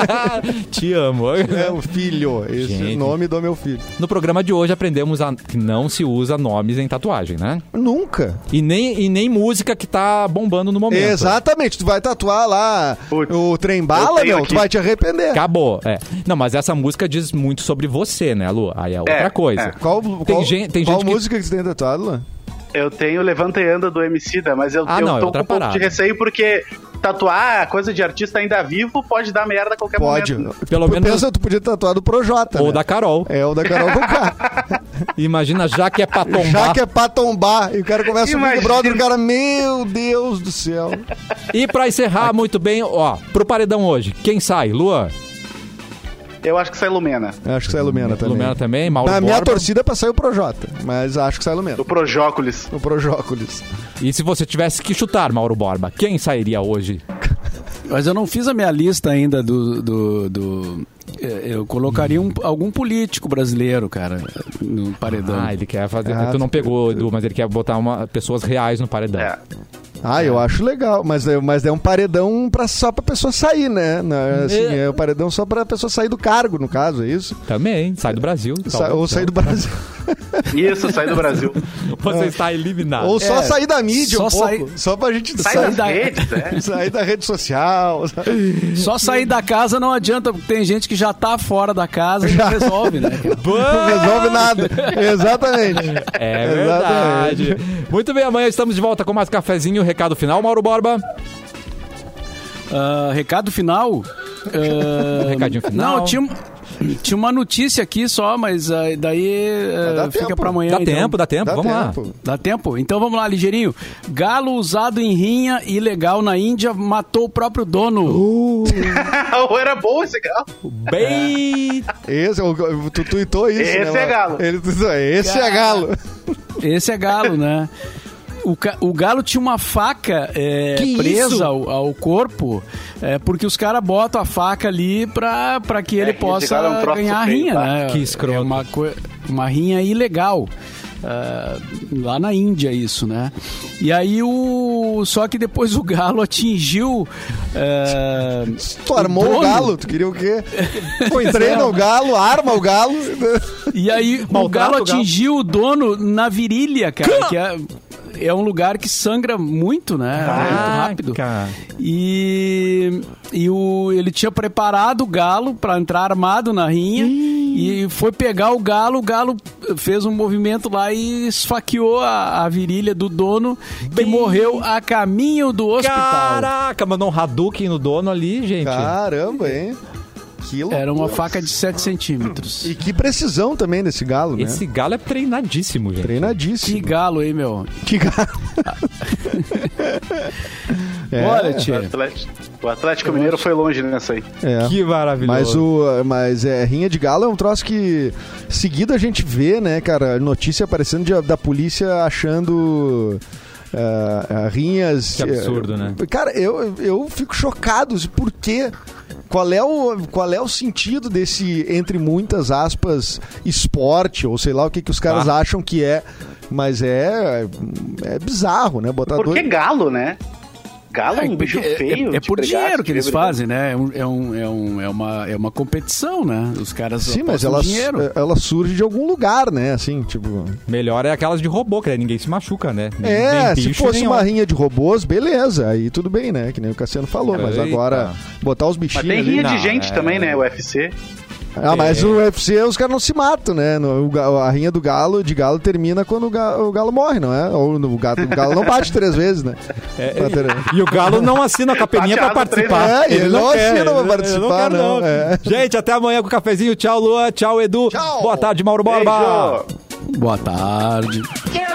A: Te amo.
D: É o filho. Esse
A: Gente.
D: nome do meu filho.
A: No programa de hoje aprendemos a- que não se usa nomes em tatuagem, né?
D: Nunca.
A: E nem, e nem música que tá bombando no momento.
D: Exatamente, tu vai tatuar lá
C: Putz,
D: o trem
C: eu
D: bala,
C: tenho
D: meu, tu
C: aqui.
D: vai te arrepender.
A: Acabou. É. Não, mas essa música diz muito sobre você, né, Lu? Aí é outra
C: É,
A: coisa.
C: é.
D: Qual,
A: Tem
D: qual-
A: gente- tem
D: qual
A: gente que-
D: música que... você tem tatuado, Luan?
C: Eu tenho Levanta e Anda do MC da, mas eu,
A: Ah,
C: eu
A: não, é
C: tô com
A: outra
C: um pouco
A: parada.
C: de receio porque tatuar coisa de artista ainda vivo pode dar merda a qualquer
D: Pode.
C: momento.
A: Pelo
D: Tu
A: menos-
D: Pensa, tu podia tatuar do Projota.
A: Ou
D: né?
A: da Carol.
D: É, o da Carol Conká.
A: Imagina, já que é pra tombar.
D: Já que é pra tombar. E o cara começa o Big
C: Imagina.
D: Brother, o cara, meu Deus do céu.
A: E pra encerrar muito bem, ó, pro paredão hoje, quem sai? Luan?
C: Eu acho que sai Lumena.
D: Acho que sai Lumena também.
A: Lumena também, Mauro
D: Na minha
A: Borba.
D: torcida é pra sair o Projota, mas acho que sai Lumena.
C: Do Projócolis.
D: O Projócolis.
A: E se você tivesse que chutar, Mauro Borba, quem sairia hoje?
B: Mas eu não fiz a minha lista ainda do. do, do- é, eu colocaria um- algum político brasileiro, cara, no paredão.
A: Ah, ele quer fazer.
D: Ah,
A: tu não pegou, Edu, mas ele quer botar uma, pessoas reais no paredão.
C: É.
D: Ah, eu acho legal, mas é, mas é um paredão pra, só pra pessoa sair, né? Na- assim, é. um paredão só pra pessoa sair do cargo, no caso, é isso?
A: Também, sai do Brasil.
D: Sa-
A: talvez.
D: ou sair do Brasil.
C: Isso, sai do Brasil.
A: Você está eliminado.
D: É. ou só sair da mídia
B: só
D: um pouco.
B: sair-
D: Só pra gente
C: Sai
D: sair,
C: das
B: da-
C: redes, né?
D: sair da rede social.
B: Só sair da casa não adianta, porque tem gente que já tá fora da casa e não resolve, né? cara?
D: Não resolve nada. Exatamente.
A: É
D: Exatamente.
A: verdade. Muito bem, amanhã estamos de volta com mais cafezinho. Recado final, Mauro Borba.
B: Ah, recado final. Ah,
A: Recadinho final.
B: Não, tinha, um- tinha uma notícia aqui só, mas ah, daí ah,
D: É, Dá
B: fica
D: tempo.
B: pra amanhã.
A: dá
B: então.
A: tempo, dá tempo,
D: Dá
A: vamos lá.
D: tempo.
B: Dá tempo? Então vamos lá, ligeirinho. Galo usado em rinha ilegal na Índia matou o próprio dono.
C: Ou era bom esse galo.
A: Bem.
D: Esse, é o- tu tuitou isso,
C: Esse
D: né,
C: é
D: Marco?
C: galo.
D: Ele tuitou, esse é galo.
B: Esse é galo, né? O, ca- o galo tinha uma faca é,
A: Que isso?
B: presa ao, ao corpo, é, porque os caras botam a faca ali pra, pra que ele
C: esse
B: possa
C: galo é um troço
B: ganhar a
C: feio,
B: rinha,
C: tá?
B: né?
A: Que escroto.
B: É uma, coi- uma rinha ilegal. Ah, lá na Índia isso, né? E aí o... Só que depois o galo atingiu... ah,
D: Tu armou o,
B: dono.
D: galo, tu queria o quê? Pois Treina o galo, arma o galo.
B: E aí o
A: Maltrata
B: galo
A: o galo.
B: atingiu o dono na virilha, cara, que é, é um lugar que sangra muito, né?
A: Ah,
B: muito rápido.
A: Caraca.
B: E, e o, ele tinha preparado o galo pra entrar armado na rinha e foi pegar o galo, o galo fez um movimento lá e esfaqueou a, a virilha do dono que morreu a caminho do hospital.
A: Caraca, mandou um Hadouken no dono ali, gente.
D: Caramba, hein? Que loucura.
B: Era um uma faca de 7 centímetros.
D: E que precisão também desse galo, né?
A: Esse galo é treinadíssimo, gente.
B: Que
D: Treinadíssimo.
B: galo, hein, meu?
D: Que galo. É,
B: Olha, tia.
C: O Atlético, o Atlético Mineiro foi longe nessa aí.
D: é.
A: Que maravilhoso.
D: Mas, o, mas é, rinha de galo é um troço que seguido a gente vê, né, cara? Notícia aparecendo de- da polícia achando. ah, ah, rinhas. eh,
A: Que absurdo, né?
D: Cara, eu, eu fico chocado. de Por quê? Qual é, o, qual é o sentido desse, entre muitas aspas, esporte, ou sei lá o que, que os caras
A: Ah.
D: acham que é. Mas é, é bizarro, né? Botar
C: Por que
D: dois.
C: galo, né? Galo é um bicho
B: É- é-
C: feio.
B: É,
C: de
B: por
C: pregar,
B: dinheiro
C: de
B: que eles
C: brigar.
B: fazem, né? É, um- é um- é um- é uma, é uma competição, né? Os caras
D: Sim, mas
B: apostam
C: um
D: ela,
B: dinheiro.
C: é,
D: ela surge de algum lugar, né? Assim, tipo.
A: Melhor é aquelas de robô, que daí ninguém se machuca, né? Nem-
D: É,
A: nem
D: se
A: bicho,
D: fosse
A: nem
D: uma
A: homem.
D: rinha de robôs, beleza, aí tudo bem, né? Que nem o Cassiano falou, mas
A: Eita.
D: agora botar os
C: Mas
D: bichinhos.
C: tem
D: ali-
C: rinha
A: Não,
C: de é. gente
A: é-
C: também, né? UFC.
D: Ah, mas o UFC os caras não se matam, né? No- o ga- a rinha do galo, de galo termina quando o ga- o galo, morre, não é? Ou no- o, gato, o galo não bate três vezes, né?
A: É,
D: Pra ter-
A: E o Galo não assina a capelinha pra
C: Fatiado três
A: participar.
D: vezes. É, ele não assina pra
A: ele- ele
D: participar,
A: quer,
D: não, é.
A: Gente, até amanhã com o cafezinho. Tchau, Luan. Tchau, Edu.
D: Tchau.
A: Boa tarde, Mauro Borba.
C: Beijo.
B: Boa tarde.
G: You're